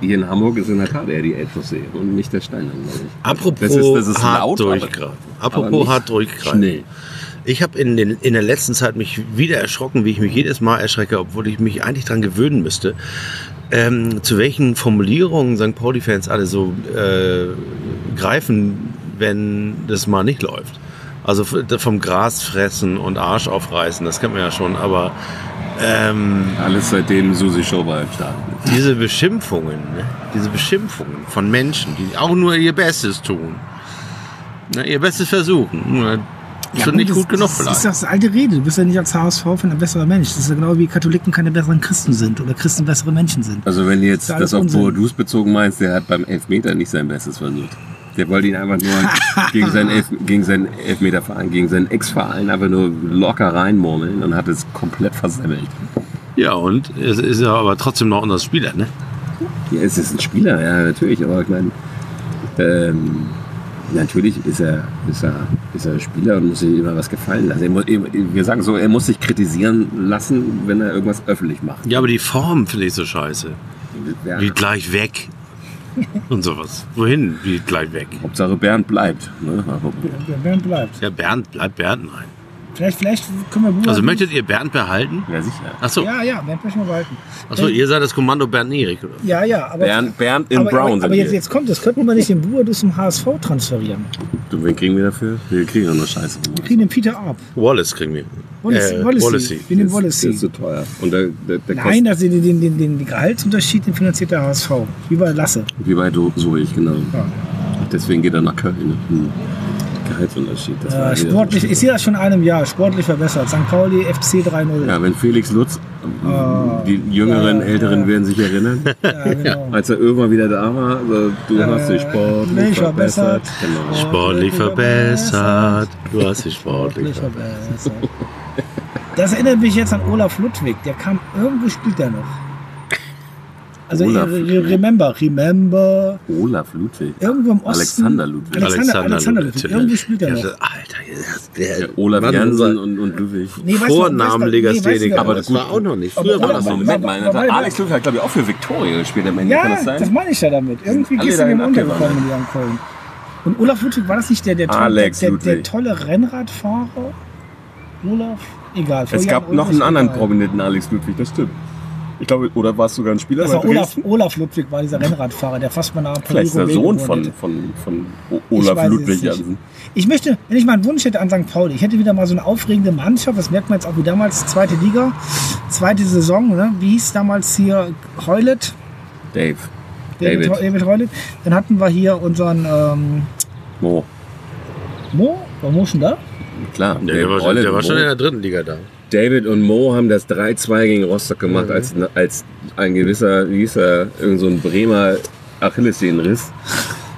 S5: hier in Hamburg ist in der Tat eher die Elbchaussee und nicht der Steinheim, glaube ich.
S4: Apropos
S5: Das
S2: Oh,
S5: ist- das ist
S4: hart
S5: laut, aber-
S4: durchgreifen.
S5: aber
S4: Apropos
S5: nicht
S4: hart durchgreifen.
S5: Schnell.
S4: Ich habe in, den- in der letzten Zeit mich wieder erschrocken, wie ich mich jedes Mal erschrecke, obwohl ich mich eigentlich dran gewöhnen müsste, ähm, zu welchen Formulierungen St. Pauli-Fans alle so äh, greifen, wenn das mal nicht läuft. Also f- vom Gras fressen und Arsch aufreißen, das kennt man ja schon, aber
S5: Alles seitdem Susi Schober im Start.
S4: diese Beschimpfungen, ne? diese Beschimpfungen von Menschen, die auch nur ihr Bestes tun, ne? ihr Bestes versuchen, nur
S2: Ja,
S4: schon nicht
S2: das-
S4: gut genug
S2: das
S4: vielleicht.
S2: ist das alte Rede. Du bist ja nicht als HSV-Fan ein besserer Mensch. Das ist ja genau wie Katholiken keine besseren Christen sind oder Christen bessere Menschen sind.
S5: Also wenn du jetzt
S2: Das ist
S5: das auf
S2: Unsinn.
S5: Boadus bezogen meinst, der hat beim Elfmeter nicht sein Bestes versucht. Der wollte ihn einfach nur gegen seinen, Elf, gegen seinen Elfmeterverein, gegen seinen Ex-Verein einfach nur locker reinmurmeln und hat es komplett versemmelt.
S4: Ja, und es ist ja aber trotzdem noch unser Spieler, ne?
S5: Ja, es ist ein Spieler, ja, natürlich, aber ich meine, ähm, natürlich ist er, ist, er, ist er Spieler und muss sich immer was gefallen lassen. Er muss, wir sagen so, er muss sich kritisieren lassen, wenn er irgendwas öffentlich macht.
S4: Ja, aber die Form finde ich so scheiße.
S5: Ja,
S4: Wie gleich weg. Und sowas. Wohin? Wie gleich weg.
S5: Hauptsache Bernd bleibt. Ne? Aber-
S2: Der Bernd bleibt.
S4: Ja, Bernd, bleibt Bernd nein.
S2: Vielleicht, vielleicht können wir gut.
S4: Also möchtet ihr Bernd behalten?
S5: Ja, sicher.
S4: Achso,
S2: Ja, ja, Bernd möchten wir behalten.
S4: achso ihr seid das Kommando Bernd Nierik, oder?
S2: Ja, ja, aber.
S5: Bernd, Bernd in
S2: aber,
S5: Brown
S2: aber,
S5: sind
S2: aber jetzt,
S5: wir.
S2: jetzt kommt, das könnten wir nicht den Buadus zum HSV transferieren.
S5: Du, wen kriegen wir dafür? Wir kriegen doch nur Scheiße.
S2: Wir kriegen den Peter ab.
S4: Wallace kriegen wir.
S2: Wallacey.
S4: Äh,
S2: Wallacey.
S4: Wallacey.
S2: Wir nehmen
S5: Das- Das
S2: Wallacey.
S5: ist so teuer. Und der, der, der
S2: Nein, das, den, den, den, den Gehaltsunterschied, den finanziert der HSV. Wie bei Lasse.
S5: kostet, wie bei Do- Soich, genau.
S2: Ja.
S5: Deswegen geht er nach Köln. Hm. Gehaltsunterschied. Das war
S2: Äh,
S5: wieder-
S2: sportlich, ich sehe das schon in einem Jahr, sportlich verbessert. St. Pauli FC 3-0.
S5: Ja, wenn Felix Lutz,
S2: Ah,
S5: die jüngeren,
S2: ja,
S5: älteren
S2: ja.
S5: werden sich erinnern,
S2: Ja, genau.
S5: als er irgendwann wieder da war, also, du hast dich
S2: nicht
S5: sportlich verbessert.
S2: verbessert.
S5: Genau.
S4: Sportlich verbessert. Du hast dich sportlich verbessert.
S2: Das erinnert mich jetzt an Olaf Ludwig. Der kam, irgendwo spielt er noch. Also
S8: Olaf.
S2: re- re- remember, remember.
S5: Genau.
S8: Olaf Ludwig.
S2: Irgendwo im Osten.
S8: Alexander Ludwig.
S2: Alexander, Alexander Ludwig.
S4: natürlich.
S2: Irgendwie spielt er
S4: Ja,
S2: noch.
S4: Alter, der,
S8: Ja, Olaf
S4: Mann,
S8: Jansen
S4: unser
S8: und, und Ludwig.
S2: Nee, weißt du, weißt
S4: Vornamen
S2: du,
S4: Legastheniker.
S2: nee, weißt du,
S4: aber das
S8: gut.
S4: war auch noch nicht.
S2: Aber
S4: Früher war
S2: Olaf-
S4: das so.
S8: Moment mal,
S2: Moment, Moment.
S8: Alex Ludwig hat, glaube ich, auch für Victoria gespielt am Ende. Kann
S2: Ja,
S8: das sein?
S2: das meine ich ja damit. Irgendwie
S8: alle
S2: gehst du dem
S8: dahin abgewandert.
S2: untergekommen in Jan Köln. Und Olaf Ludwig, war das nicht der, der, tolle-
S8: Alex
S2: der, der, der
S8: Ludwig.
S2: tolle Rennradfahrer? Olaf? Egal. vor
S8: es
S2: Jan
S8: gab noch
S2: Ulrich,
S8: einen anderen
S2: egal.
S8: prominenten Alex Ludwig, das stimmt. Ich glaube, oder war es sogar ein Spieler?
S2: Das
S8: bei
S2: war Olaf,
S8: Dresden?
S2: Olaf Ludwig war dieser Rennradfahrer, der fast mal nach
S8: Vielleicht ist der Sohn
S2: Paris-Roubaix gewonnen
S8: von,
S2: hätte.
S8: von, von O-
S2: Ich
S8: Olaf
S2: weiß es
S8: Ludwig
S2: nicht.
S8: Jansen.
S2: Ich möchte, wenn ich mal einen Wunsch hätte an St. Pauli, ich hätte wieder mal so eine aufregende Mannschaft, das merkt man jetzt auch wie damals, zweite Liga, zweite Saison, ne? wie hieß damals hier Heulet,
S8: Dave.
S2: David,
S8: David.
S2: David Heulet, dann hatten wir hier unseren ähm,
S8: Mo.
S2: Mo, war Mo schon da?
S8: Klar.
S4: Ja, der, war schon,
S8: Rolle-
S4: der war schon
S8: Mo.
S4: in der dritten Liga da.
S5: David und Mo haben das 3-2 gegen Rostock gemacht,
S4: Mhm.
S5: als, als ein gewisser, wie hieß er, irgend so ein Bremer Achillessehnenriss.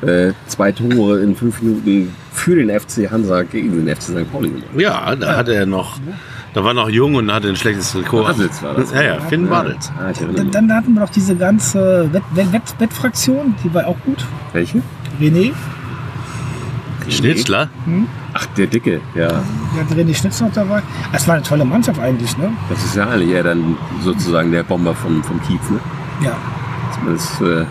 S5: Äh, zwei Tore in fünf Minuten für den FC Hansa gegen den FC St. Pauli gemacht.
S4: Ja, da hatte er noch. Da war noch jung und hatte ein schlechtes Trikot.
S5: Bartels war das.
S4: Ja, ja, Finn Bartels.
S5: Ah, ich erinnere
S2: Dann,
S5: mich.
S2: dann hatten wir noch diese ganze Wett, Wett, Wett, Wettfraktion, die war auch gut.
S5: Welche?
S2: René,
S4: Schnitzler?
S5: Ach, der Dicke, ja.
S4: Mhm.
S2: wir hatten René Schnitz noch dabei. Ah, Es war eine tolle Mannschaft eigentlich, ne?
S5: Das ist ja eigentlich eher dann sozusagen der Bomber vom, vom Kiez, ne?
S2: Ja.
S5: Das, äh,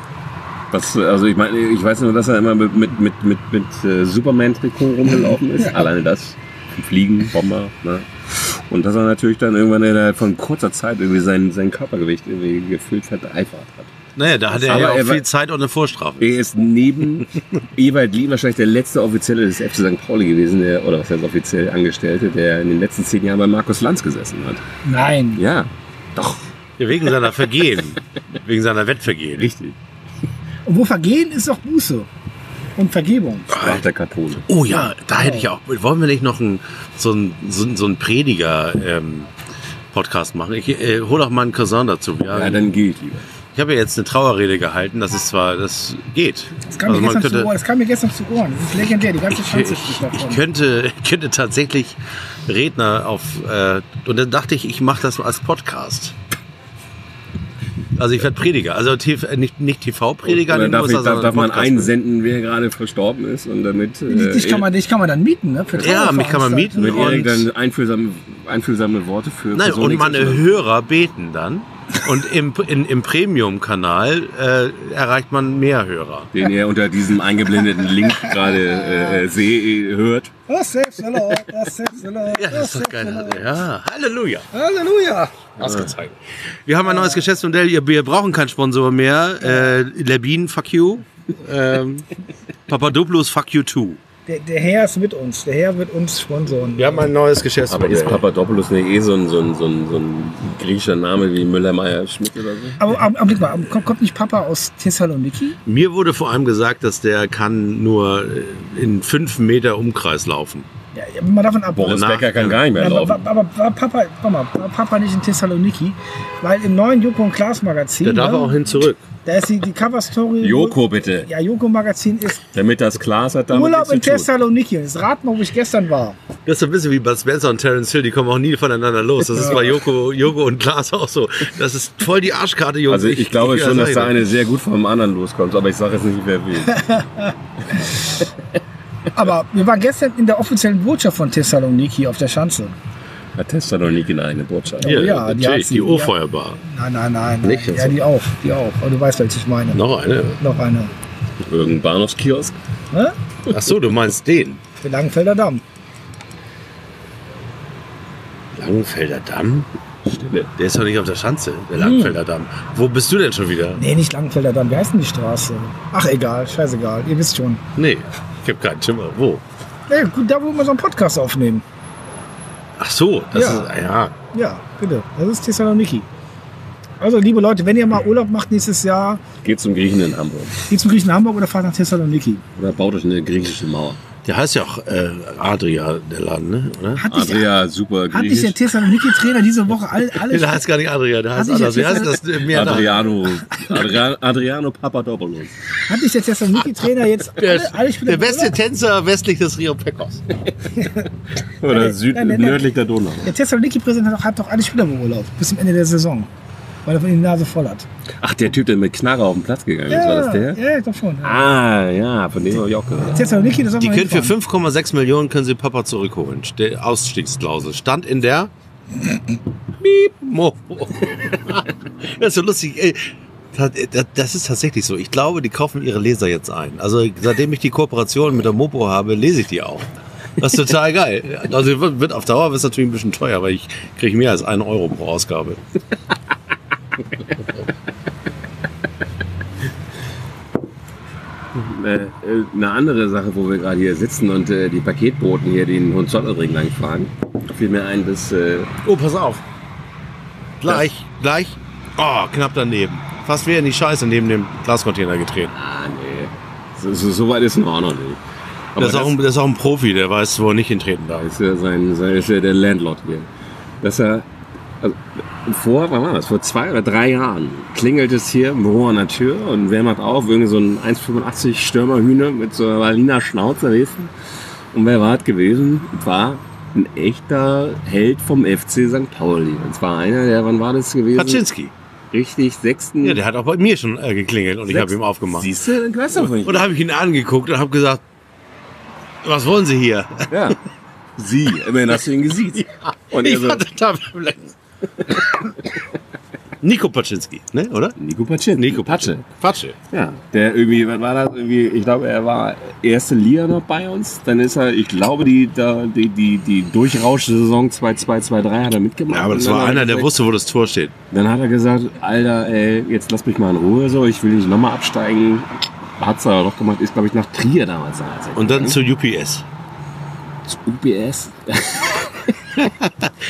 S5: was, also ich meine, ich weiß nur, dass er immer mit, mit, mit, mit, mit äh, Superman-Trikot rumgelaufen ist. Alleine das. Fliegen, Bomber, ne? Und dass er natürlich dann irgendwann innerhalb von kurzer Zeit irgendwie sein, sein Körpergewicht irgendwie gefühlt verdreifacht hat.
S4: Naja, da hatte er
S5: Aber
S4: ja
S5: er
S4: auch
S5: war-
S4: viel Zeit und eine Vorstrafe.
S5: Er ist neben Ewald Lien wahrscheinlich der letzte Offizielle des FC St. Pauli gewesen, der, oder was heißt offiziell Angestellte, der in den letzten zehn Jahren bei Markus Lanz gesessen hat.
S2: Nein.
S5: Ja, doch,
S4: Ja, wegen seiner Vergehen. wegen seiner Wettvergehen.
S5: richtig.
S2: Und wo Vergehen ist auch Buße und Vergebung.
S5: Sprach der Kathole.
S4: Oh ja, da hätte ich auch. Wollen wir nicht noch einen, so einen, so einen, so einen Prediger-Podcast machen? Ich äh, hol doch mal einen Cousin dazu. Ja,
S5: Ja, dann gehe ich lieber.
S4: ich habe ja jetzt eine Trauerrede gehalten. Das ist zwar, das geht.
S2: Das kam, mir gestern zu Ohren. das kam mir gestern zu Ohren. Das ist legendär, die ganze
S4: Also Ich,
S2: Chance
S4: ich,
S2: ist
S4: ich
S2: davon.
S4: könnte, könnte tatsächlich Redner auf. Äh, und dann dachte ich, ich mache das mal als Podcast. Also ich werde Prediger. Also TV, äh, nicht, nicht TV-Prediger,
S5: Oder
S4: den
S5: darf, ich,
S4: muss
S5: darf, darf man
S4: Podcast-
S5: einsenden, wer gerade verstorben ist und damit äh,
S2: Dich kann, man, dich kann man dann mieten, ne? Für
S4: Ja, mich kann man mieten. ne?
S5: mit Erik
S4: Und-
S5: dann einfühlsame, einfühlsame Worte für
S4: Nein,
S5: Person
S4: und äh, meine
S5: XY.
S4: Hörer beten dann. Und im, in, im Premium-Kanal äh, erreicht man mehr Hörer.
S5: den ihr unter diesem eingeblendeten Link gerade äh, äh, seht, hört.
S2: Oh, saves the Lord, oh, saves the Lord.
S4: Ja, das ist doch geil. Ja, Halleluja.
S2: Halleluja.
S4: Ausgezeichnet. Wir haben ein neues Geschäftsmodell. Wir, wir brauchen keinen Sponsor mehr. Äh, Labin, fuck you. Ähm, Papadopoulos, fuck you too.
S2: Der, der Herr ist mit uns. Der Herr wird uns sponsoren.
S4: Wir haben ein neues
S5: Aber
S4: Geschäftsmodell.
S5: ist Papadopoulos nicht eh so ein, so ein, so ein, so ein griechischer Name wie Müller-Meyer-Schmidt oder so?
S2: Aber am, am, Blick mal, am, kommt, kommt nicht Papa aus Thessaloniki?
S4: Mir wurde vor allem gesagt, dass der kann nur äh, in fünf Meter Umkreis laufen.
S2: Ja, ja, mal davon ab. äh,
S5: Boris
S4: Nach-
S5: Becker kann gar nicht mehr
S2: Ja, aber,
S5: laufen.
S2: aber war Papa, warte mal, war Papa nicht in Thessaloniki? Weil im neuen Joko und Klaas Magazin,
S4: Der darf
S2: ne,
S4: auch hin zurück.
S2: da ist die, die Coverstory.
S5: Joko bitte,
S2: Ja, Joko Magazin ist
S5: damit das Glas hat damit
S2: Urlaub in
S5: nichts zu tun.
S2: Thessaloniki. Jetzt rat mal, wo ich gestern war.
S4: Das ist so ein bisschen wie Bud Spencer und Terence Hill, die kommen auch nie voneinander los. Das ist bei Joko, Joko und Glas auch so. Das ist voll die Arschkarte, Jungs.
S5: Also ich glaube schon, dass
S4: da
S5: der eine sehr gut vom anderen loskommt, aber ich sage jetzt nicht, wer wen.
S2: Aber wir waren gestern in der offiziellen Botschaft von Thessaloniki auf der Schanze.
S5: Hat Thessaloniki eine eigene Botschaft.
S4: Hier,
S2: Oh ja, die
S4: natürlich,
S2: hat's-
S4: die O-Feuerbar.
S2: Nein, nein, nein.
S4: Nicht?
S2: nein. Ja, die auch. Die auch. Aber du weißt, welche ich meine.
S4: Noch eine.
S2: Noch eine.
S5: Irgendein Bahnhofskiosk.
S2: Ne?
S4: Ach so, du meinst den.
S2: Der Langenfelder Damm.
S4: Langenfelder Damm? Der ist doch nicht auf der Schanze, der Langenfelder Damm. Wo bist du denn schon wieder?
S2: Nee, nicht Langenfelder Damm. Wie heißt denn die Straße? Ach, egal. Scheißegal. Ihr wisst schon.
S4: Nee, ich hab keinen Schimmer. Wo?
S2: Ja, gut, da, wo wir so einen Podcast aufnehmen.
S4: Ach so, das
S2: Ja.
S4: ist, ah ja.
S2: Ja, bitte. Das ist Thessaloniki. Also, liebe Leute, wenn ihr mal Urlaub macht nächstes Jahr,
S5: Geht zum um Griechen in Hamburg.
S2: geht zum Griechen Hamburg oder fahrt nach Thessaloniki.
S5: Oder baut euch eine griechische Mauer.
S4: Der heißt ja auch äh, Adria, der Laden, ne? oder?
S2: Hat dich,
S5: Adria, super
S2: hat dich der
S5: griechisch.
S2: Thessaloniki-Trainer diese Woche alle,
S4: Nee, der
S2: alle
S4: heißt gar nicht Adria, der heißt
S2: ich
S4: anders. Wie
S2: jetzt
S4: heißt das
S2: gesagt-
S4: äh, mehr nach?
S5: Adriano, Adria, Adriano Papadopoulos.
S2: hat dich der Thessaloniki-Trainer jetzt alle, alle Spieler
S4: Der beste Tänzer westlich des Rio Pecos.
S5: Oder süd,
S2: nein, nein.
S5: nördlich der Donau.
S2: Der Thessaloniki-Präsident hat doch- hat doch alle Spieler beurlaubt bis zum Ende der Saison. weil er von ihm die Nase voll hat.
S5: Ach, der Typ, der mit Knarre auf den Platz gegangen ist, war das der?
S2: Ja, ich glaube schon. Ja.
S5: Ah, ja, von dem habe ich auch gehört.
S2: Jetzt aber Niki, das soll
S4: Die
S2: man
S4: können für
S2: hinfahren.
S4: 5,6 Millionen können sie Papa zurückholen. Ste- Ausstiegsklausel. Stand in der. Piep. Mo. Das ist so lustig. ey. Das- das- Das ist tatsächlich so. Ich glaube, die kaufen ihre Leser jetzt ein. Also seitdem ich die Kooperation mit der Mopo habe, lese ich die auch. Das ist total geil. Also wird wird auf Dauer wird natürlich ein bisschen teuer, weil ich kriege mehr als einen Euro pro Ausgabe.
S5: Äh, äh, eine andere Sache, wo wir gerade hier sitzen und äh, die Paketboten hier den Hohenzollernring lang fahren, fiel mir ein, dass äh,
S4: Oh, pass auf. Gleich, gleich. Oh, knapp daneben. Fast wäre in die Scheiße neben dem Glascontainer getreten.
S5: ah, nee, so, so, so weit ist noch auch noch nicht. Aber
S4: Das ist, auch ein, das ist auch ein Profi, der weiß, wo er nicht hintreten darf.
S5: ist ja sein, sein ist ja der Landlord hier. Dass er also, vor, wann war das? Vor zwei oder drei Jahren klingelt es hier im Büro an der Tür und wer macht auf? Irgend so ein 1,85 Stürmerhühne mit so einer Berliner Schnauze gewesen. Und wer war es gewesen? War ein echter Held vom FC St. Pauli. Und zwar einer, der, wann war das gewesen?
S4: Kaczynski.
S5: Richtig, sechsten.
S4: Ja, der hat auch bei mir schon äh, geklingelt und ich habe ihm aufgemacht.
S5: Siehst du, dann weißt du davon nicht.
S4: Und da habe ich ihn angeguckt und habe gesagt, was wollen Sie hier?
S5: Ja. Sie, immerhin hast du ihn gesehen. Und er
S4: Ich
S5: so,
S4: hatte da vielleicht... Nico Paczynski, ne, oder?
S5: Nico Patsche.
S4: Nico Patsche.
S5: Ja, der irgendwie, was war das? Irgendwie, ich glaube, er war erste Liga noch bei uns. Dann ist er, ich glaube, die, da- die, die, die Durchrausch-Saison 2-2-2-3 hat er mitgemacht.
S4: Ja, aber das
S5: Und dann
S4: war
S5: hat er
S4: einer, der
S5: gesagt-
S4: wusste, wo das Tor steht.
S5: Dann hat er gesagt, Alter, ey, jetzt lass mich mal in Ruhe so, ich will nicht nochmal absteigen. Hat's aber doch gemacht, ist glaube ich nach Trier damals. dann als er
S4: Und dann
S5: gegangen.
S4: zu UPS.
S5: zu UPS.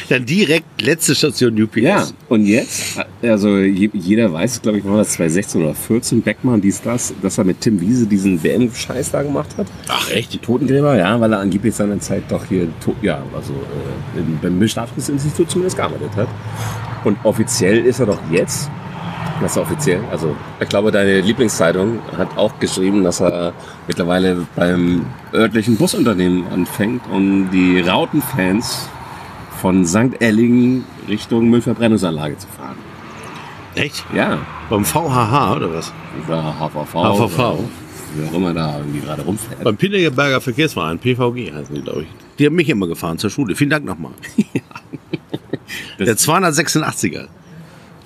S4: Dann direkt letzte Station UPS.
S5: Ja, und jetzt, also je- jeder weiß, glaube ich, war das 2016 oder 14, Beckmann, dies, das, dass er mit Tim Wiese diesen WM-Scheiß da gemacht hat.
S4: Ach, echt?
S5: Totengräber, ja, weil er angeblich seine Zeit doch hier, to- ja, also äh, im- beim Bestrafungsinstitut zumindest gearbeitet hat. Und offiziell ist er doch jetzt, das ist offiziell, also ich glaube, deine Lieblingszeitung hat auch geschrieben, dass er mittlerweile beim örtlichen Busunternehmen anfängt, um die Rautenfans von St. Ellingen Richtung Müllverbrennungsanlage zu fahren.
S4: Echt?
S5: Ja,
S4: Beim VHH oder was?
S5: über HVV.
S4: HVV.
S5: oder Wer auch immer da irgendwie gerade rumfährt.
S4: Beim Pinneberger Verkehrsverein, PVG heißen die, glaube ich. Die haben mich immer gefahren zur Schule. Vielen Dank nochmal. Der 286er.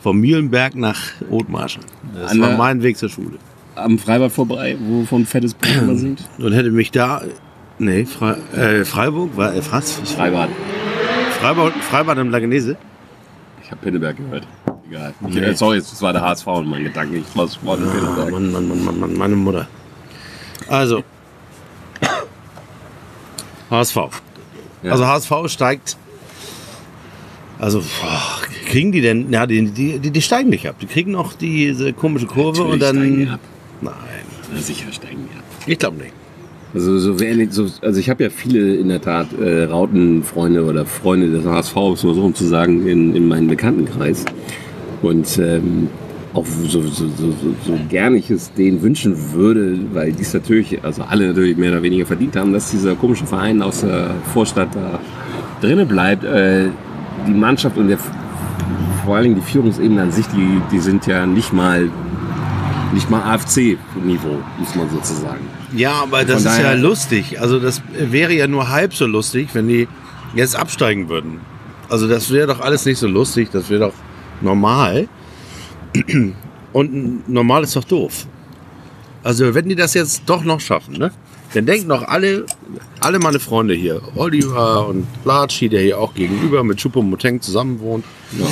S4: Vom Mühlenberg nach Othmarschen. Das
S5: An
S4: war
S5: der-
S4: mein Weg zur Schule.
S5: Am Freibad vorbei, wovon fettes Brot immer singt.
S4: Und hätte mich da. Nee, Fre äh, Freiburg? War, äh, Franz,
S5: Freibad.
S4: Freibad, Freibad im Lagenese?
S5: Ich habe Pinneberg gehört. Egal.
S4: Nee.
S5: Äh, Sorry, das war der HSV und mein Gedanke. Ich war sofort in
S4: Ah,
S5: Pinneberg.
S4: Mann, Mann, Mann, Mann, Mann, meine Mutter. Also. HSV.
S5: Ja.
S4: Also HSV steigt. Also boah, kriegen die denn? Ja, die, die, die, die steigen nicht ab. Die kriegen noch diese komische Kurve
S5: Natürlich
S4: und dann.
S5: steigen die ab.
S4: Nein,
S5: Na, sicher steigen wir ab.
S4: ich glaube nicht.
S5: Also, so wer nicht, so, also ich habe ja viele in der Tat äh, Rautenfreunde oder Freunde des HSV, um es mal so rum zu sagen, in, in meinem Bekanntenkreis. Und ähm, auch so, so, so, so, so gern ich es denen wünschen würde, weil die es natürlich, also alle natürlich mehr oder weniger verdient haben, dass dieser komische Verein aus der Vorstadt da drinnen bleibt. Äh, die Mannschaft und der, vor allen Dingen die Führungsebene an sich, die, die sind ja nicht mal, nicht mal AFC-Niveau, muss man sozusagen.
S4: Ja, aber das
S5: Von
S4: ist ja
S5: daher-
S4: lustig. Also das wäre ja nur halb so lustig, wenn die jetzt absteigen würden. Also das wäre doch alles nicht so lustig, das wäre doch normal. Und n- normal ist doch doof. Also wenn die das jetzt doch noch schaffen, ne? Dann denken doch alle, alle meine Freunde hier, Oliver und Latschi, der hier auch gegenüber mit Chupo Moteng zusammen wohnt,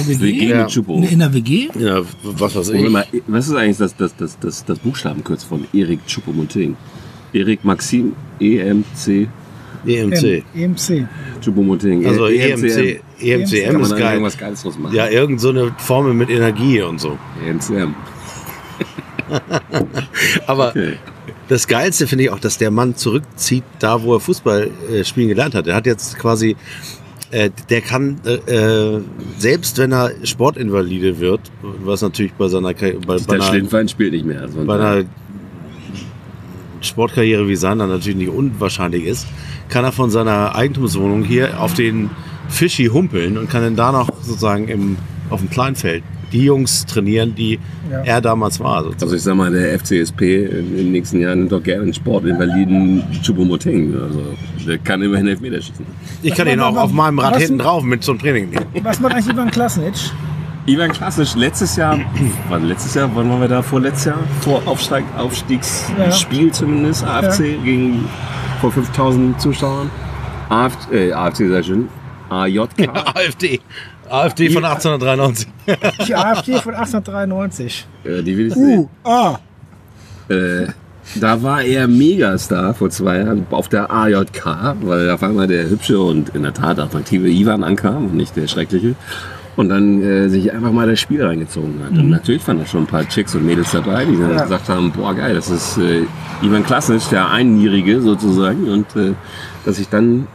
S5: Wir gehen
S4: Ja.
S5: mit Chupo.
S2: In der WG?
S4: ja, was weiß
S5: Moment
S4: ich.
S5: mal, was ist eigentlich das, das, das, das, das Buchstabenkürz von Erik Choupo-Moting? Erik Maxim E EMC
S4: EMC.
S2: EMC.
S5: Choupo-Moting.
S4: E Also E
S5: Äh,
S4: EMC, EMCM
S5: Kann man
S4: ist
S5: da
S4: geil.
S5: irgendwas Geiles draus machen? E
S4: Ja, irgend so eine Formel mit Energie und so.
S5: EMCM.
S4: Aber
S5: Okay.
S4: das Geilste finde ich auch, dass der Mann zurückzieht, da wo er Fußball äh, spielen gelernt hat. Er hat jetzt quasi, äh, der kann, äh, äh, selbst wenn er Sportinvalide wird, was natürlich bei seiner, Karri- bei, bei
S5: Der
S4: einer,
S5: Schlindwein spielt nicht mehr. Also
S4: bei einer Sportkarriere wie seiner natürlich nicht unwahrscheinlich ist, kann er von seiner Eigentumswohnung hier auf den Fischi humpeln und kann dann da noch sozusagen im, auf dem Kleinfeld die Jungs trainieren, die
S2: Ja.
S4: er damals war. sozusagen.
S5: Also ich sag mal, der FCSP in den nächsten Jahren nimmt doch gerne einen Sportinvaliden Chubomoteng. Also der kann immerhin Elfmeter schießen.
S4: Ich kann ihn auch auf meinem Rad hinten drauf mit zum Training nehmen.
S2: Was macht eigentlich Ivan Klasnic?
S5: Ivan Klassisch, letztes Jahr, wann letztes Jahr, wann waren wir da? Vorletztes Jahr? Vor Aufsteig, Aufstiegsspiel zumindest, AFC gegen vor 5000 Zuschauern. AFC, äh, AFC sehr schön. AJK.
S4: AfD. AfD von 1893.
S2: Die AfD von 1893.
S5: Äh, die will ich sehen.
S2: Ah.
S5: Äh, da war er Megastar vor zwei Jahren auf der AJK, weil auf einmal der hübsche und in der Tat attraktive Ivan ankam und nicht der schreckliche. Und dann äh, sich einfach mal das Spiel reingezogen hat. Und natürlich waren da schon ein paar Chicks und Mädels dabei, die dann
S2: Ja.
S5: gesagt haben, boah geil, das ist äh, Ivan Klasnitz, der Einjährige sozusagen. Und äh, dass ich dann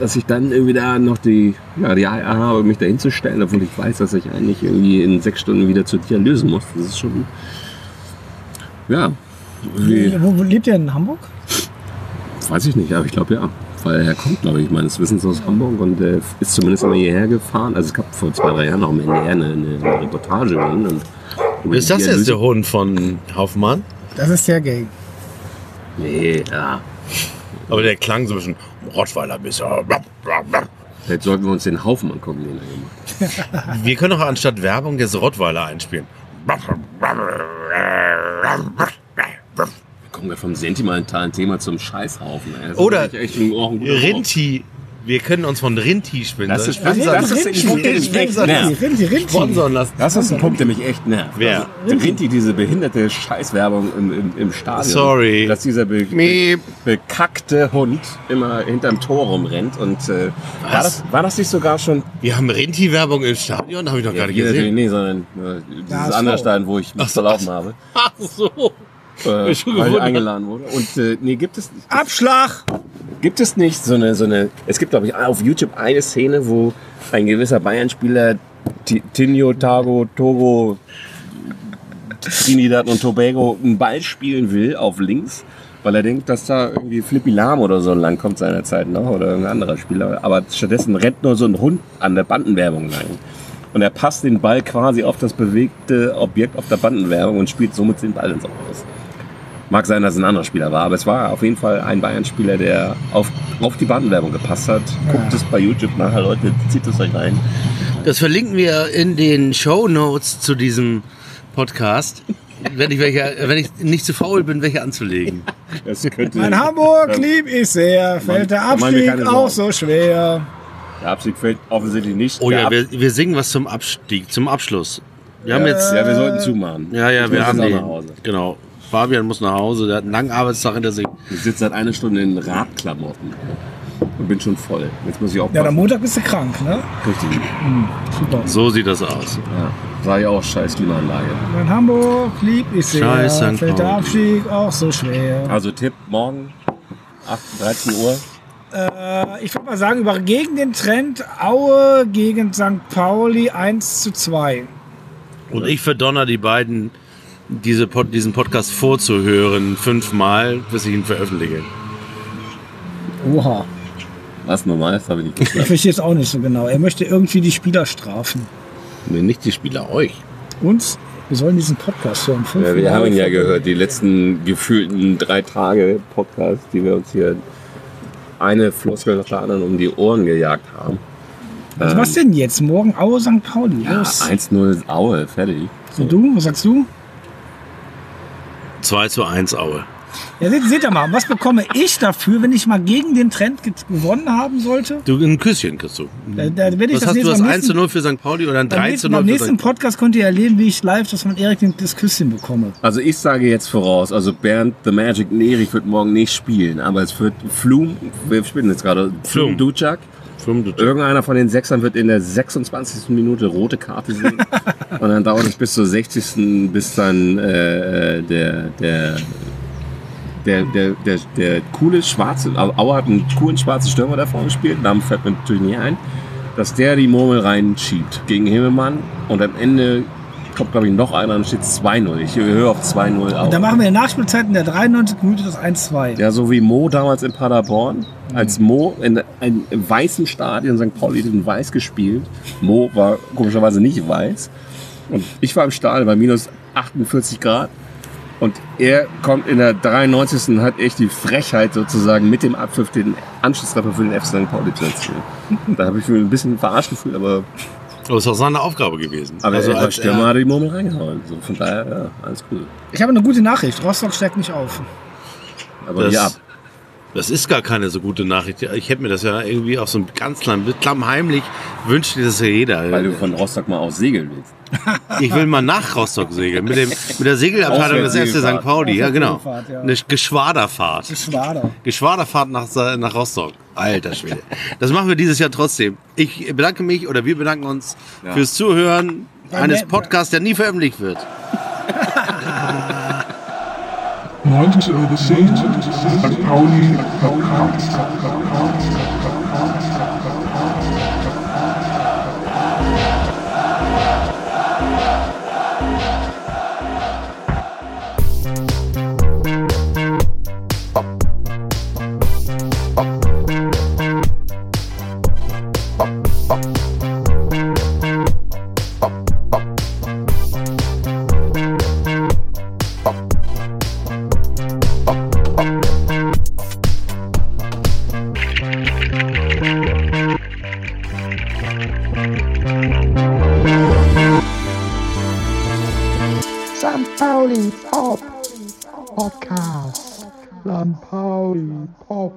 S5: dass ich dann irgendwie da noch die, ja, die Eier habe, mich da hinzustellen, obwohl ich weiß, dass ich eigentlich irgendwie in sechs Stunden wieder zu dir lösen muss. Das ist schon, ja, irgendwie,
S2: Wo, wo lebt ihr in Hamburg?
S5: weiß ich nicht, aber ich glaube ja. Weil er kommt, glaube ich, meines Wissens aus Hamburg und äh, ist zumindest mal hierher gefahren. Also es gab vor zwei, drei Jahren noch im NDR eine, eine, eine Reportage. über ihn Und über
S4: Ist das
S5: die
S4: jetzt
S5: Erlösung-
S4: der Hund von Hoffmann?
S2: Das ist sehr gay.
S5: Nee, ja.
S4: Aber der klang so ein bisschen Rottweiler bisher.
S5: Vielleicht sollten wir uns den Haufen angucken, den er gemacht
S4: Wir können auch anstatt Werbung jetzt Rottweiler einspielen.
S5: hat. Wir kommen ja vom sentimentalen Thema zum Scheißhaufen. ey. Das ist
S4: Oder
S5: eigentlich echt ein- auch ein guter Haufen.
S4: Rinti. Wir können uns von Rinti spenden.
S5: Das ist Sponsor. Das ist ein Punkt, der mich echt nervt.
S2: Rinti, Rinti.
S4: Sponsoren lassen.
S5: Das ist ein Punkt, der mich echt nervt.
S4: Wer?
S5: Also, Rinti, diese behinderte Scheißwerbung im, im, im Stadion.
S4: Sorry.
S5: Dass dieser be be
S4: Miep.
S5: bekackte Hund immer hinterm Tor rumrennt. Und, äh, war, das, war das nicht sogar schon...
S4: Wir haben Rinti-Werbung im Stadion, habe ich noch gar nicht
S5: hier,
S4: gesehen.
S5: Nee, sondern äh, dieses
S2: Ja, so.
S5: andere Stadion, wo ich mich verlaufen habe.
S4: Ach so.
S5: Äh,
S4: schon
S5: weil ich
S4: gewundert.
S5: eingeladen wurde. Und äh, nee, gibt es,
S2: Abschlag!
S5: Gibt es nicht so eine, so eine es gibt glaube ich auf YouTube eine Szene, wo ein gewisser Bayern-Spieler Ti- Tinio, Tago, Togo, Trinidad und Tobago einen Ball spielen will auf links, weil er denkt, dass da irgendwie Flippy Lahm oder so lang kommt seinerzeit noch oder ein anderer Spieler. Aber stattdessen rennt nur so ein Hund an der Bandenwerbung lang. Und er passt den Ball quasi auf das bewegte Objekt auf der Bandenwerbung und spielt somit den Ball ins Aus. Mag sein, dass es ein anderer Spieler war, aber es war auf jeden Fall ein Bayern-Spieler, der auf, auf die Bandenwerbung gepasst hat. Guckt es bei YouTube nachher, Leute, zieht es euch rein.
S4: Das verlinken wir in den Show Notes zu diesem Podcast. Wenn ich, welche, wenn ich nicht zu faul bin, welche anzulegen.
S5: Das könnte
S2: Mein Hamburg lieb ich sehr, fällt der
S5: Mann, wir
S2: Abstieg
S5: keine
S2: auch
S5: Sorgen.
S2: so schwer.
S5: der Abstieg fällt offensichtlich nicht.
S4: Oh
S5: Der
S4: ja,
S5: Ab-
S4: wir, wir singen was zum Abstieg, zum Abschluss. Wir haben jetzt.
S5: ja, wir sollten zumachen.
S4: Ja, ja,
S5: Ich
S4: wir
S5: muss
S4: haben
S5: jetzt auch
S4: den.
S5: nach Hause.
S4: Genau. Fabian muss nach Hause, der hat einen langen Arbeitstag hinter sich.
S5: Ich sitze seit einer Stunde in Radklamotten und bin schon voll. Jetzt muss ich auch
S2: Ja, dann Montag bist du krank, ne?
S5: richtig.
S2: Super.
S4: So sieht das aus.
S5: Ja, sag ich auch, scheiß Klimaanlage.
S2: Mein Hamburg lieb ich sehr,
S4: Scheiß St.
S2: fällt der
S4: Pauli.
S2: Abstieg auch so schwer.
S5: Also Tipp, morgen 8, 13 Uhr.
S2: Äh, ich würde mal sagen, über gegen den Trend Aue gegen St. Pauli 1 zu 2.
S4: Und ich verdonner die beiden, diese Pod, diesen Podcast vorzuhören, fünfmal, bis ich ihn veröffentliche.
S2: Oha.
S5: Was normal ist, habe ich nicht
S2: Ich
S5: gesagt.
S2: verstehe es auch nicht so genau. Er möchte irgendwie die Spieler strafen.
S4: Nee, nicht die Spieler, euch.
S2: Uns? Wir sollen diesen Podcast hören. Fünf
S5: Ja, Äh, wir
S2: Mal.
S5: haben ihn ja gehört, die letzten gefühlten drei Tage Podcast, die wir uns hier eine Floskel nach der anderen um die Ohren gejagt haben.
S2: Also was denn jetzt? Morgen Aue St. Pauli.
S5: Ja,
S2: Los.
S5: 1-0 Aue, fertig.
S2: Und du? Was sagst du?
S4: 2 zu 1 Aue.
S2: Ja, seht, seht ihr mal, was bekomme ich dafür, wenn ich mal gegen den Trend ge- gewonnen haben sollte?
S4: Du, ein Küsschen kriegst du.
S2: Da, da werde ich
S4: Was
S2: das
S4: hast du,
S2: nächste
S4: das
S2: Mal
S4: 1 zu
S2: nächsten,
S4: 0 für St. Pauli oder ein 3
S2: beim,
S4: zu
S2: nächsten,
S4: 0
S2: beim
S4: für St.
S2: nächsten Podcast könnt ihr erleben, wie ich live das von Erik den- das Küsschen bekomme.
S5: Also ich sage jetzt voraus, also Bernd The Magic Nerich wird morgen nicht spielen, aber es wird Flum, wir spielen jetzt gerade, Flum
S4: Flum.
S5: Ducak.
S4: Pauli?
S5: Irgendeiner von den Sechsern wird in der 26. Minute rote Karte sehen. und dann dauert es bis zur 60. bis dann äh, äh, der, der, der, der, der, der coole schwarze, aber Auer hat einen coolen schwarzen Stürmer da vorne gespielt, Namen fällt mir natürlich nicht ein, dass der die Murmel reinschiebt gegen Himmelmann und am Ende kommt glaube ich noch einer und steht 2-0. Ich höre auf 2-0
S2: Und dann
S5: auf.
S2: machen wir in der Nachspielzeit in der 93. Minute das 1-2.
S5: Ja, so wie Mo damals in Paderborn, als Mo in einem weißen Stadion St. Pauli in weiß gespielt. Mo war komischerweise nicht weiß. Und ich war im Stahl bei minus 48 Grad. Und er kommt in der 93. und hat echt die Frechheit sozusagen mit dem Abpfiff den Anschlusstreffer für den FC St. Pauli zu erzielen. Da habe ich mich ein bisschen verarscht gefühlt, aber,
S4: Aber es ist auch seine Aufgabe gewesen.
S5: aber also als
S4: er-
S5: Stürmer hat er die Murmel reingehauen. So, von daher, ja, alles cool.
S2: Ich habe eine gute Nachricht. Rostock steigt nicht auf.
S5: Aber
S4: Das-
S5: ja,
S4: Das ist gar keine so gute Nachricht. Ich hätte mir das ja irgendwie auch so ein ganz klein, klammheimlich wünscht dir das ja
S5: weil du
S4: jeder.
S5: von Rostock mal aus segeln willst.
S4: Ich will mal nach Rostock segeln. Mit, dem, mit der Segelabteilung des FC St. Pauli. Ja, genau.
S2: Auswärtsseefahrt, ja.
S4: Eine Geschwaderfahrt.
S2: Schwader.
S4: Geschwaderfahrt nach, Sa- nach Rostock. Alter Schwede. Das machen wir dieses Jahr trotzdem. Ich bedanke mich oder wir bedanken uns fürs Zuhören eines
S2: nett.
S4: Podcasts, der nie veröffentlicht wird.
S3: 1910 St. Pauli verkauft.
S1: Sam Pauli Pop Podcast. Sam Pauli Pop.